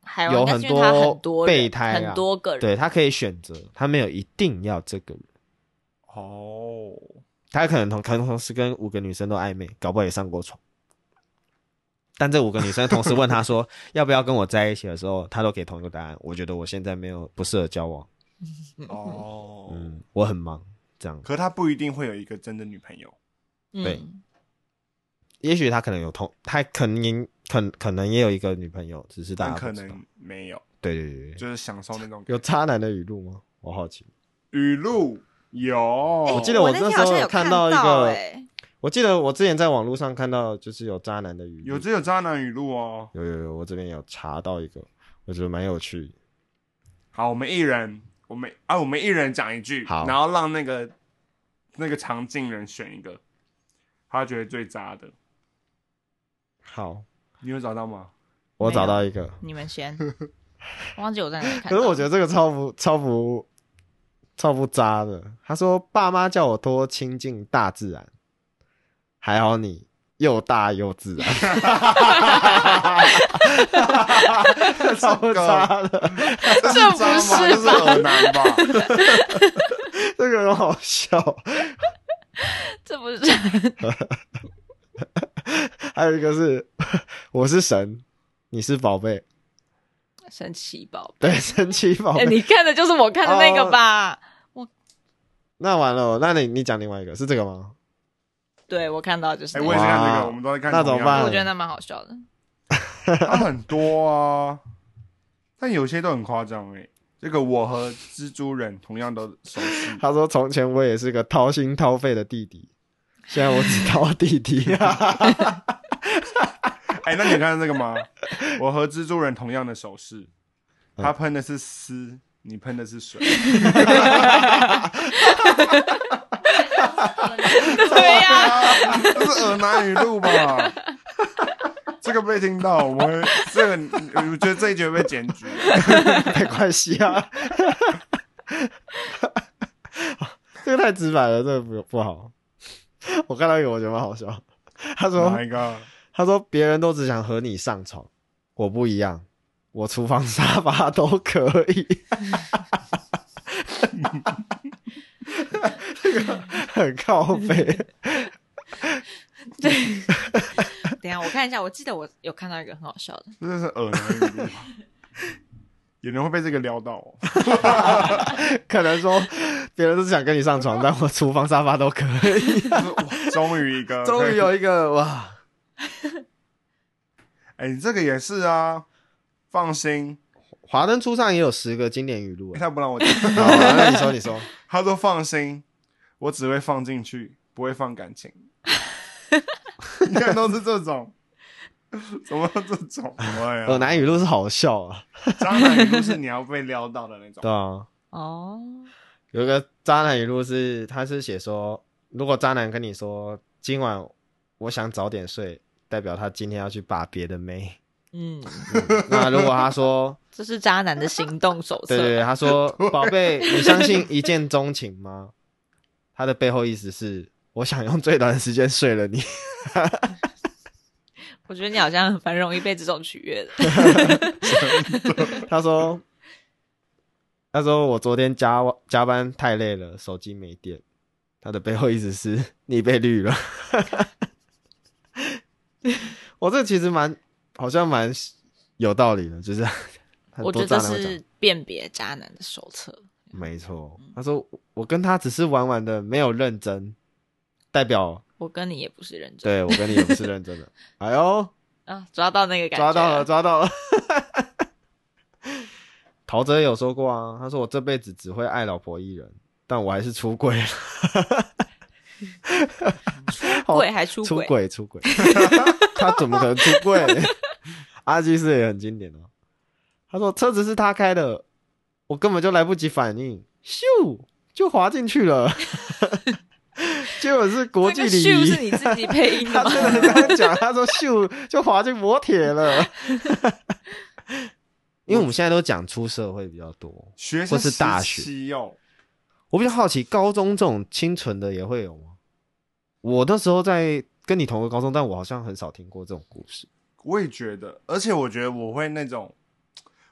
S3: 还
S1: 有
S3: 应该
S1: 很
S3: 是因为他
S1: 多
S3: 很多人
S1: 备胎啊
S3: 很多个人，
S1: 对他可以选择，他没有一定要这个人，
S2: 哦，
S1: 他可能同可能同时跟五个女生都暧昧，搞不好也上过床。但这五个女生同时问他说要不要跟我在一起的时候，他都给同一个答案。我觉得我现在没有不适合交往，
S2: 哦，
S1: 嗯，我很忙，这样。
S2: 可是他不一定会有一个真的女朋友。
S3: 嗯
S1: 对也许他可能有同，他肯定可可能也有一个女朋友，只是大
S2: 但
S1: 家
S2: 可
S1: 不知道
S2: 能没有。
S1: 对对对对，
S2: 就是享受那种
S1: 有渣男的语录吗？我好奇。
S2: 语录。有，
S1: 哦我
S2: 我
S1: 记得我
S3: 哎那
S1: 那
S3: 天
S1: 时候
S3: 好像
S1: 有
S3: 有
S1: 看到
S3: 到
S1: 一个
S3: 哎，
S1: 我记得我之前在网络上看到，就是有渣男的语录，
S2: 有这有渣男语录哦。
S1: 有有有，我这边有查到一个，我觉得蛮有趣。
S2: 好，我们一人，我们啊，我们一人讲一句，
S1: 好
S2: 然后让那个那个常进人选一个，他觉得最渣的，
S1: 好，
S2: 你有找到吗？
S1: 我
S3: 没
S1: 找
S3: 有
S1: 到一个，
S3: 你
S1: [laughs]
S3: 们先，我忘记我在哪里看
S1: 可
S3: 到。
S1: 是我觉得这个超不超不超不渣的。他说：“爸妈叫我多亲近大自然，还好你又大又自然。” [laughs] 超不渣的，
S3: [laughs] 这不
S2: 这
S3: 是
S2: 是耳男吧？
S1: 这个很好笑。
S3: 这不是 [laughs]
S1: 还有一个是，我是神，你是宝贝，
S3: 神奇宝贝。
S1: 对， [laughs] 神奇宝
S3: 哎，
S1: 贝。
S3: 你看的就是我看的那
S1: 哦
S3: 个吧？
S1: 那完了，哦那你你讲另外一个是这个吗？
S3: 对，我看到就是
S2: 哎，
S3: 那
S2: 我也
S3: 个，
S2: 是看这
S1: 哇
S2: 个，我们都在看
S1: 那
S2: 同
S1: 怎么
S2: 样
S3: 我
S2: 的。
S1: 办
S3: 觉得那蛮好
S1: [laughs]
S3: 笑的。
S2: 他很多啊，但有些都很夸张哎。这个我和蜘蛛人同样都熟悉，
S1: 他说：“从前我也是个掏心掏肺的弟弟，现在我只掏弟弟。 [laughs]
S2: [laughs] 哎、那你有看到这个吗？我和蜘蛛人同样的手势，他喷的是丝，你喷的是水。
S3: 对呀，
S1: [laughs]
S2: 啊， [laughs] 这是耳男语录吧？这个被听到，我们这个我觉得这一局会被检举。
S1: 没关系啊。这个太直白了，这个不不好。我看到一个我觉得蛮好笑，他说
S2: 哪一个？
S1: 他说别人都只想和你上床，我不一样，我厨房沙发都可以。 [laughs] 这个很靠背，
S3: 等一下我看一下，我记得我有看到一个很好笑的，
S2: 这是耳男语录吧。有人会被这个撩到、哦， [laughs]
S1: 可能说别人都只想跟你上床，但我厨房沙发都可以。
S2: [laughs] 就是哇，终于一个，
S1: 终于有一个哇，
S2: 哎、你这个也是啊，放心，
S1: 华灯初上也有十个经典语录
S2: 欸、
S1: 欸。
S2: 他不让我 [laughs] 讲，
S1: 好，那你说，你 [laughs] 说，
S2: 他说放心，我只会放进去，不会放感情。 [laughs] 你看都是这种， [laughs] 怎么这种？哎
S1: 耳
S2: 呀，
S1: 呃男语录是好笑啊，
S2: 渣男语录是你要被撩到的那种
S1: 对。啊，
S3: 哦，
S1: 有一个渣男语录是，他是写说，如果渣男跟你说今晚我想早点睡，代表他今天要去把别的 [laughs] 妹。
S3: 嗯，
S1: 那如果他说，
S3: 这是渣男的行动手册。
S1: 对对对，他说宝贝，你相信一见钟情吗？他的背后意思是，我想用最短的时间睡了你。
S3: 我觉得你好像蛮容易被这种取悦的。
S1: 他说，他说我昨天加加班太累了，手机没电。他的背后意思是你被绿了。我这其实蛮好像蛮有道理的，就是很
S3: 我觉
S1: 多
S3: 得
S1: 渣
S3: 这
S1: 男会讲
S3: 是辨别渣男的手册。
S1: 没错。他说我跟他只是玩玩的，没有认真，代表
S3: 我跟你也不是认真
S1: 对我跟你也不是认真的。 [laughs] 哎呦，
S3: 啊，抓到那个感
S1: 抓
S3: 觉，
S1: 到了，。抓
S3: [laughs]
S1: 到了。陶喆有说过啊，他说我这辈子只会爱老婆一人，但我还是出轨了，
S3: 鬼还出
S1: 出
S3: 轨，
S1: 轨出
S3: [laughs]
S1: 轨，他怎么可能出轨？阿基斯也很经典哦、他说车子是他开的，我根本就来不及反应，咻就滑进去
S3: [laughs]
S1: 了，结果是国际
S3: 这个
S1: 礼
S3: 秀是
S1: 仪。
S3: 你自己配音
S1: 他
S3: 的
S1: [laughs]
S3: 吗？
S1: 真的这样讲，他说咻 [laughs] 就滑进摩铁了， [laughs] 因为我们现在都讲出社会比较多，
S2: 学生
S1: [laughs] 或是大学
S2: 时期哦，
S1: 我比较好奇，高中这种清纯的也会有吗？我那时候在跟你同个高中，但我好像很少听过这种故事。
S2: 我也觉得，而且我觉得我会那种，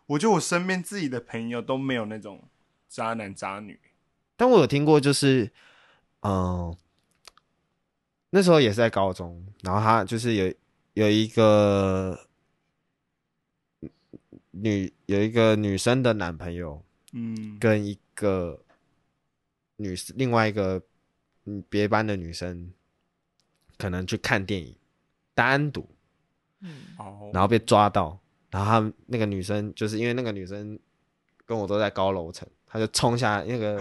S2: 我觉得我身边自己的朋友都没有那种渣男渣女，
S1: 但我有听过，就是，嗯、那时候也是在高中，然后他就是有有一个女有一个女生的男朋友，
S2: 嗯，
S1: 跟一个女生另外一个嗯别班的女生，可能去看电影，单独，
S3: 嗯
S2: 哦，
S1: 然后被抓到，然后他们那个女生就是因为那个女生跟我都在高楼层，她就冲下那个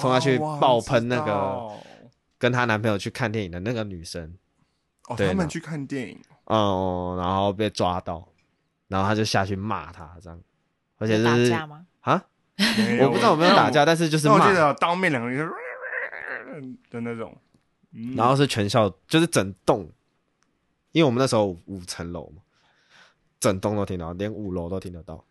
S1: 冲下去
S2: 哦哇
S1: 爆
S2: 我知
S1: 喷那个
S2: 道
S1: 跟她男朋友去看电影的那个女生，
S2: 哦，
S1: 对
S2: 他们
S1: 呢
S2: 去看电影，
S1: 嗯，然后被抓到，然后她就下去骂她这样，而且就
S3: 打
S1: 是
S3: 架吗？
S1: 啊，[laughs]
S2: 没
S1: 我不知道有没有打架，，但是就是
S2: 那我
S1: 骂
S2: 记，得当面两个人就是 [laughs] 的那种，嗯
S1: 然后是全校就是整栋，因为我们那时候五五层楼嘛，整栋都听到，连五楼都听得到，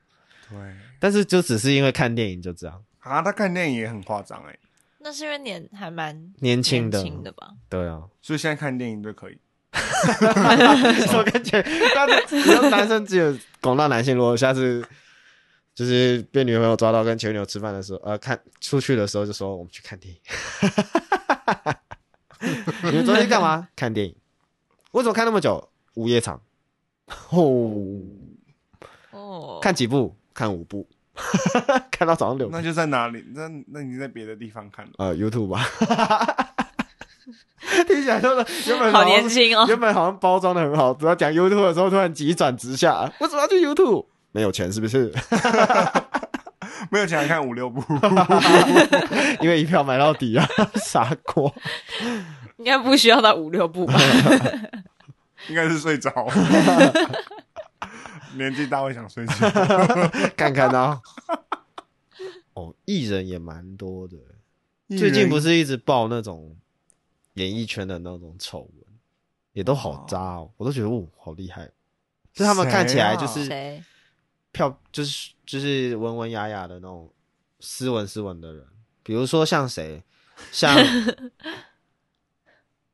S2: 对
S1: 但是就只是因为看电影就这样，
S2: 啊，他看电影也很夸张哎，
S3: 那是因为年还蛮
S1: 年轻
S3: 轻
S1: 的，
S3: 轻的吧？
S1: 对
S3: [laughs]
S1: 啊，
S2: 所以现在看电影都可以。
S1: 我感觉，
S3: 啊
S1: 但是只有男生只有广大男性，如果下次就是被女朋友抓到跟前女友吃饭的时候，呃，看出去的时候就说我们去看电影。 [laughs] 你们昨天干嘛？看电影。为什么看那么久？午夜场。哦，
S3: 哦，
S1: 看几部？看五部， [laughs] 看到早上六
S2: 那
S1: 点。
S2: 就在哪里？那那你在别的地方看了？
S1: 呃，YouTube 吧。 [laughs] 听起来真的原本
S3: 好
S1: 像是
S3: 年轻哦，
S1: 原本好像包装的很好，只要讲 YouTube 的时候，突然急转直下，为什么要去 YouTube？没有钱是不是？ [laughs]
S2: 没有钱看五六部， [laughs]
S1: 因为一票买到底啊， [laughs] 傻瓜！
S3: 应该不需要到五六部吧？
S2: 应该是睡着。 [laughs] 年纪大会想睡
S1: [laughs]
S2: 觉，
S1: 看看啊，哦，艺人也蛮多的，最近不是一直爆那种演艺圈的那种丑闻，也都好渣哦，我都觉得哦，好厉害，就他们看起来就是
S3: 谁？
S1: 漂，就是就是文文雅雅的那种斯文斯文的人，比如说像谁，
S3: [laughs]
S1: 像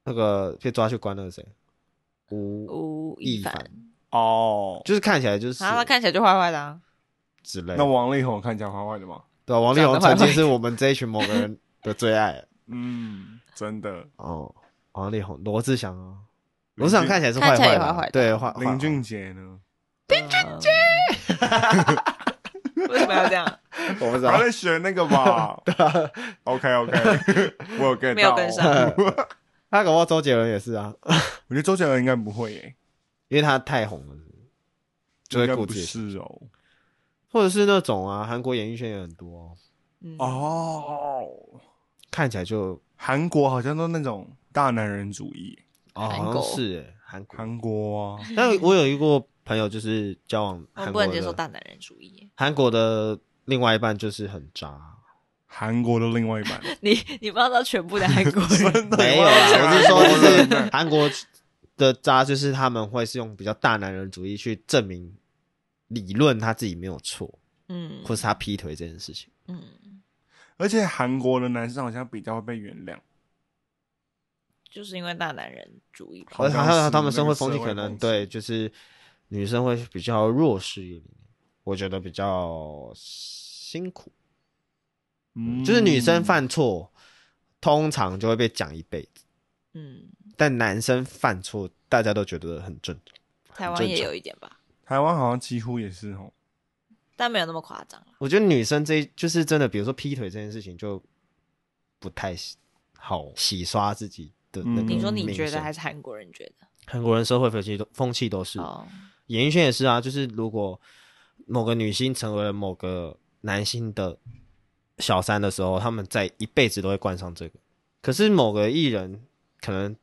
S1: 那个被抓去关那个谁，吴
S3: 吴
S1: 亦
S3: 亦
S1: 凡
S3: 凡，
S2: 哦。
S1: 就是看起来就是
S3: 啊，他看起来就坏坏的啊。
S1: 之类的
S2: 那。王力宏看起来坏坏的吗？
S1: 对啊，王力宏
S3: 长
S1: 曾经
S3: 得坏坏
S1: 是我们这一群某个人的最爱
S2: 嗯，真的。
S1: 哦，王力宏、罗志祥啊，罗志祥看起来是坏
S3: 看起来
S1: 坏
S3: 也
S1: 的
S3: 坏坏
S1: 啊，
S3: 的
S1: 对，坏坏
S2: 林俊杰呢？
S3: 林俊杰， [laughs] 为什么要
S1: [laughs]
S3: 这样？
S1: 我不知
S2: 他
S1: 道，
S2: 在学那个
S1: [laughs]
S2: 吧
S1: 啊
S2: ？OK OK，我 [laughs] 有 get
S3: 没有
S2: 到。
S3: 跟上
S1: 他搞不好周杰伦也是啊，
S2: 我觉得周杰伦应该不会耶，
S1: 因为他太红了，就
S2: 应
S1: 会
S2: 该
S1: 顾
S2: 不
S1: 自己，
S2: 是哦。
S1: 或者是那种啊，韩国演艺圈也很多哦，
S3: 嗯，
S2: 哦，
S1: 看起来就
S2: 韩国好像都那种大男人主义，
S1: 哦，
S3: 韩
S1: 好像
S3: 国
S1: 是耶韩国。
S2: 韩国啊，
S1: [laughs] 但我有一个朋友，就是交往
S3: 我
S1: 韩
S3: 哦不
S1: 国
S3: 能接受
S1: 的，
S3: 大男人主义。
S1: 韩国的另外一半就是很渣，
S2: 韩国的另外一半。
S3: [laughs] 你你不知道全部的韩国
S1: [laughs]
S3: 人
S1: 没有啦，
S2: 我
S1: 我是
S2: 想
S1: 说
S2: 啊韩
S1: 就是韩
S2: 国
S1: 国的渣，就是他们会是用比较大男人主义去证明理论他自己没有错，
S3: 嗯
S1: [laughs] 或是他劈腿这件事情。
S3: 嗯，
S2: 而且韩国的男生好像比较会被原谅，
S3: 就是因为大男人主义吧。
S2: 好
S1: 而且
S2: 像
S1: 还有
S2: 是
S1: 他们生
S2: 那
S1: 活
S2: 个
S1: 风气
S2: 社会
S1: 可能
S2: 风气
S1: 对，就是女生会比较弱势一点，我觉得比较辛苦，
S2: 嗯
S1: 就是女生犯错通常就会被讲一辈子，
S3: 嗯，
S1: 但男生犯错大家都觉得很正常。
S3: 台湾
S1: 正
S3: 也
S1: 常
S3: 有一点吧，
S2: 台湾好像几乎也是哦，
S3: 但没有那么夸张了。
S1: 我觉得女生这一就是真的，比如说劈腿这件事情，就不太洗好洗刷自己的那个
S2: 嗯
S1: 名声。
S3: 你说你觉得还是韩国人觉得？
S1: 韩国人社会风气都风气都是，
S3: 哦，
S1: 演艺圈也是啊，就是如果某个女星成为了某个男星的小三的时候，他们在一辈子都会冠上这个。可是某个艺人可能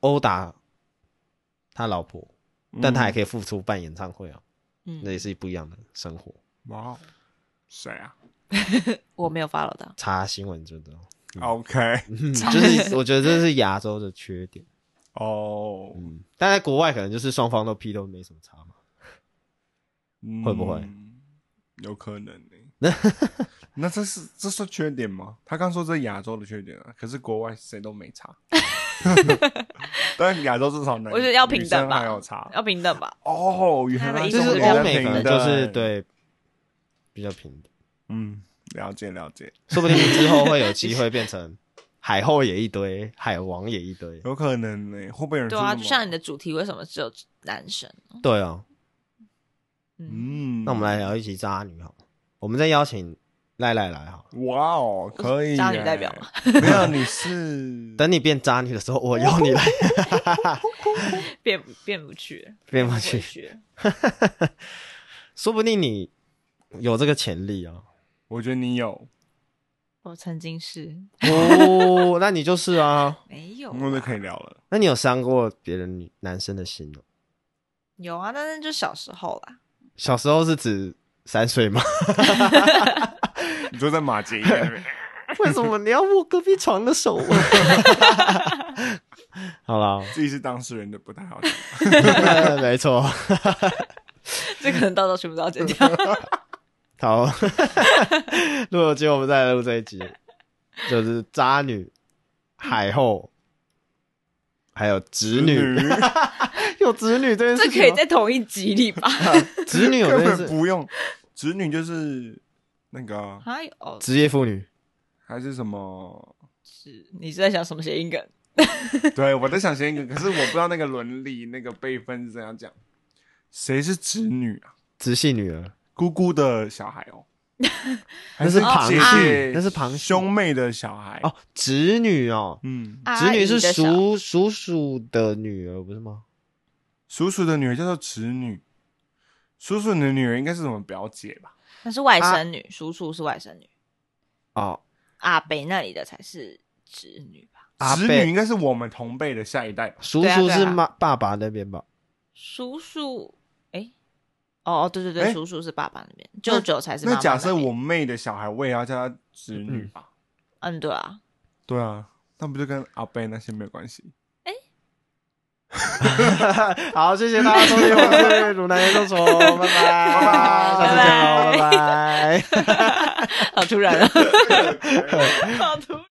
S1: 殴打他老婆，
S2: 嗯
S1: 但他还可
S2: 以。
S1: 以复出办演唱会啊，那
S3: 嗯，
S1: 也是不一样的生活。
S2: 哇哦，谁啊
S3: 我没有 follow 到。
S1: 查新闻知道。
S2: ？OK，
S1: 嗯，就是我觉得这是亚洲的缺点，
S2: 哦，
S1: 嗯，但在国外可能就是双方都批都没什么差嘛。
S2: 嗯
S1: 会不会？
S2: 有可能
S1: [laughs]
S2: 呢。那这是这算缺点吗？他刚说这是亚洲的缺点啊，可是国外谁都没
S1: [laughs]
S2: 差。 [laughs] 但亚洲至少男，
S3: 我觉得要平等
S2: 女生
S3: 吧
S2: 还有差
S3: 要平等吧，
S2: 哦，原来
S1: 就是
S3: 对
S1: 欧美可能
S2: 平等
S1: 就是，对比较平等，
S2: 嗯，了解了解，
S1: 说不定之后会有机会变成海后也一堆，海王也一堆。
S2: 有可能呢。会不会有人
S3: 对
S2: 说什
S3: 啊，就
S2: 么
S3: 像你的主题为什么只有男生？
S1: 对啊，
S3: 嗯，
S2: 嗯，
S1: 那我们来聊一集渣女好了，我们再邀请赖赖来好了。
S2: 哇哦，可以耶
S3: 渣女
S1: 哎
S3: 代表吗？
S2: 没有，你是
S1: 等你变渣女的时候，我邀你来
S3: 变变不去了，
S1: 变不
S3: 不
S1: 去。
S3: 去了。
S1: [laughs] 说不定你有这个潜力啊。
S2: 我觉得你
S3: [laughs]
S2: 有，
S3: 我曾经是
S1: 哦， [laughs] 那你就是啊，
S3: 没有
S2: 我
S3: 啦，
S2: 们就可以聊了。
S1: 那你有伤过别人女男生的心哦？
S3: 有啊，但是就小时候啦。
S1: 小时候是指三岁 [laughs] 吗？
S2: 你坐在马杰那
S3: [laughs]
S2: 边，
S1: 为什么你要握隔壁床的手？ [laughs] 好啦，
S2: 自己是当事人的不太好讲。
S1: 没错，
S3: 这可能到时候全部都要剪
S1: [laughs]
S3: 掉。
S1: 好，如果今天我们再来录这一集，就是渣女、海后，还有直
S2: [laughs] 嗯
S1: 女，有直女这件
S3: 这
S1: 事
S3: 可以
S1: 情吗，
S3: 在同一集里吧？ [laughs]
S1: 直女有
S2: 根
S1: 这件
S2: 本
S1: 事，
S2: 不用，侄女就是那个啊
S3: 还有
S1: 职业妇女，
S2: 还是什么？
S3: 是，你是在想什么谐音梗？
S2: 对，我在想先一个，可是我不知道那个伦理那个辈分是怎样讲。谁是侄女啊？
S1: 直系女儿，
S2: 姑姑的小孩哦，
S1: [laughs] 那是
S2: 还
S1: 旁
S2: 姐
S1: 系
S2: 姐，，
S1: 那是旁系
S2: 兄妹的小孩
S1: 哦，侄女哦，
S2: 嗯，
S1: 侄女是
S3: 阿姨的小
S1: 叔叔叔的女儿，不是吗？
S2: 叔叔的女儿叫做侄女，叔叔的女儿应该是什么表姐吧？
S3: 那是外甥女，叔叔是外甥女，
S1: 哦，
S3: 阿北那里的才是侄女吧？
S1: 阿
S2: 侄
S1: 伯
S2: 女应该是我们同辈的下一代吧？
S1: 叔
S3: 对啊
S1: 叔
S3: 对
S1: 是
S3: 啊
S1: 妈爸爸那边吧？
S3: 叔叔，哎，哦哦，对对
S2: 诶
S3: 对，叔叔是爸爸那边，舅舅才是妈妈
S2: 那假设
S3: 那边
S2: 我妹的小孩，我也要叫她侄女吧？
S3: 嗯，对啊， [laughs]
S2: 对啊，那不就跟阿贝那些没有关系？
S1: [laughs] 好，谢谢大家收听，我是鲁南研究所，拜拜，
S2: 拜
S1: 下次见喽，拜拜。
S3: 好突然啊，好突然。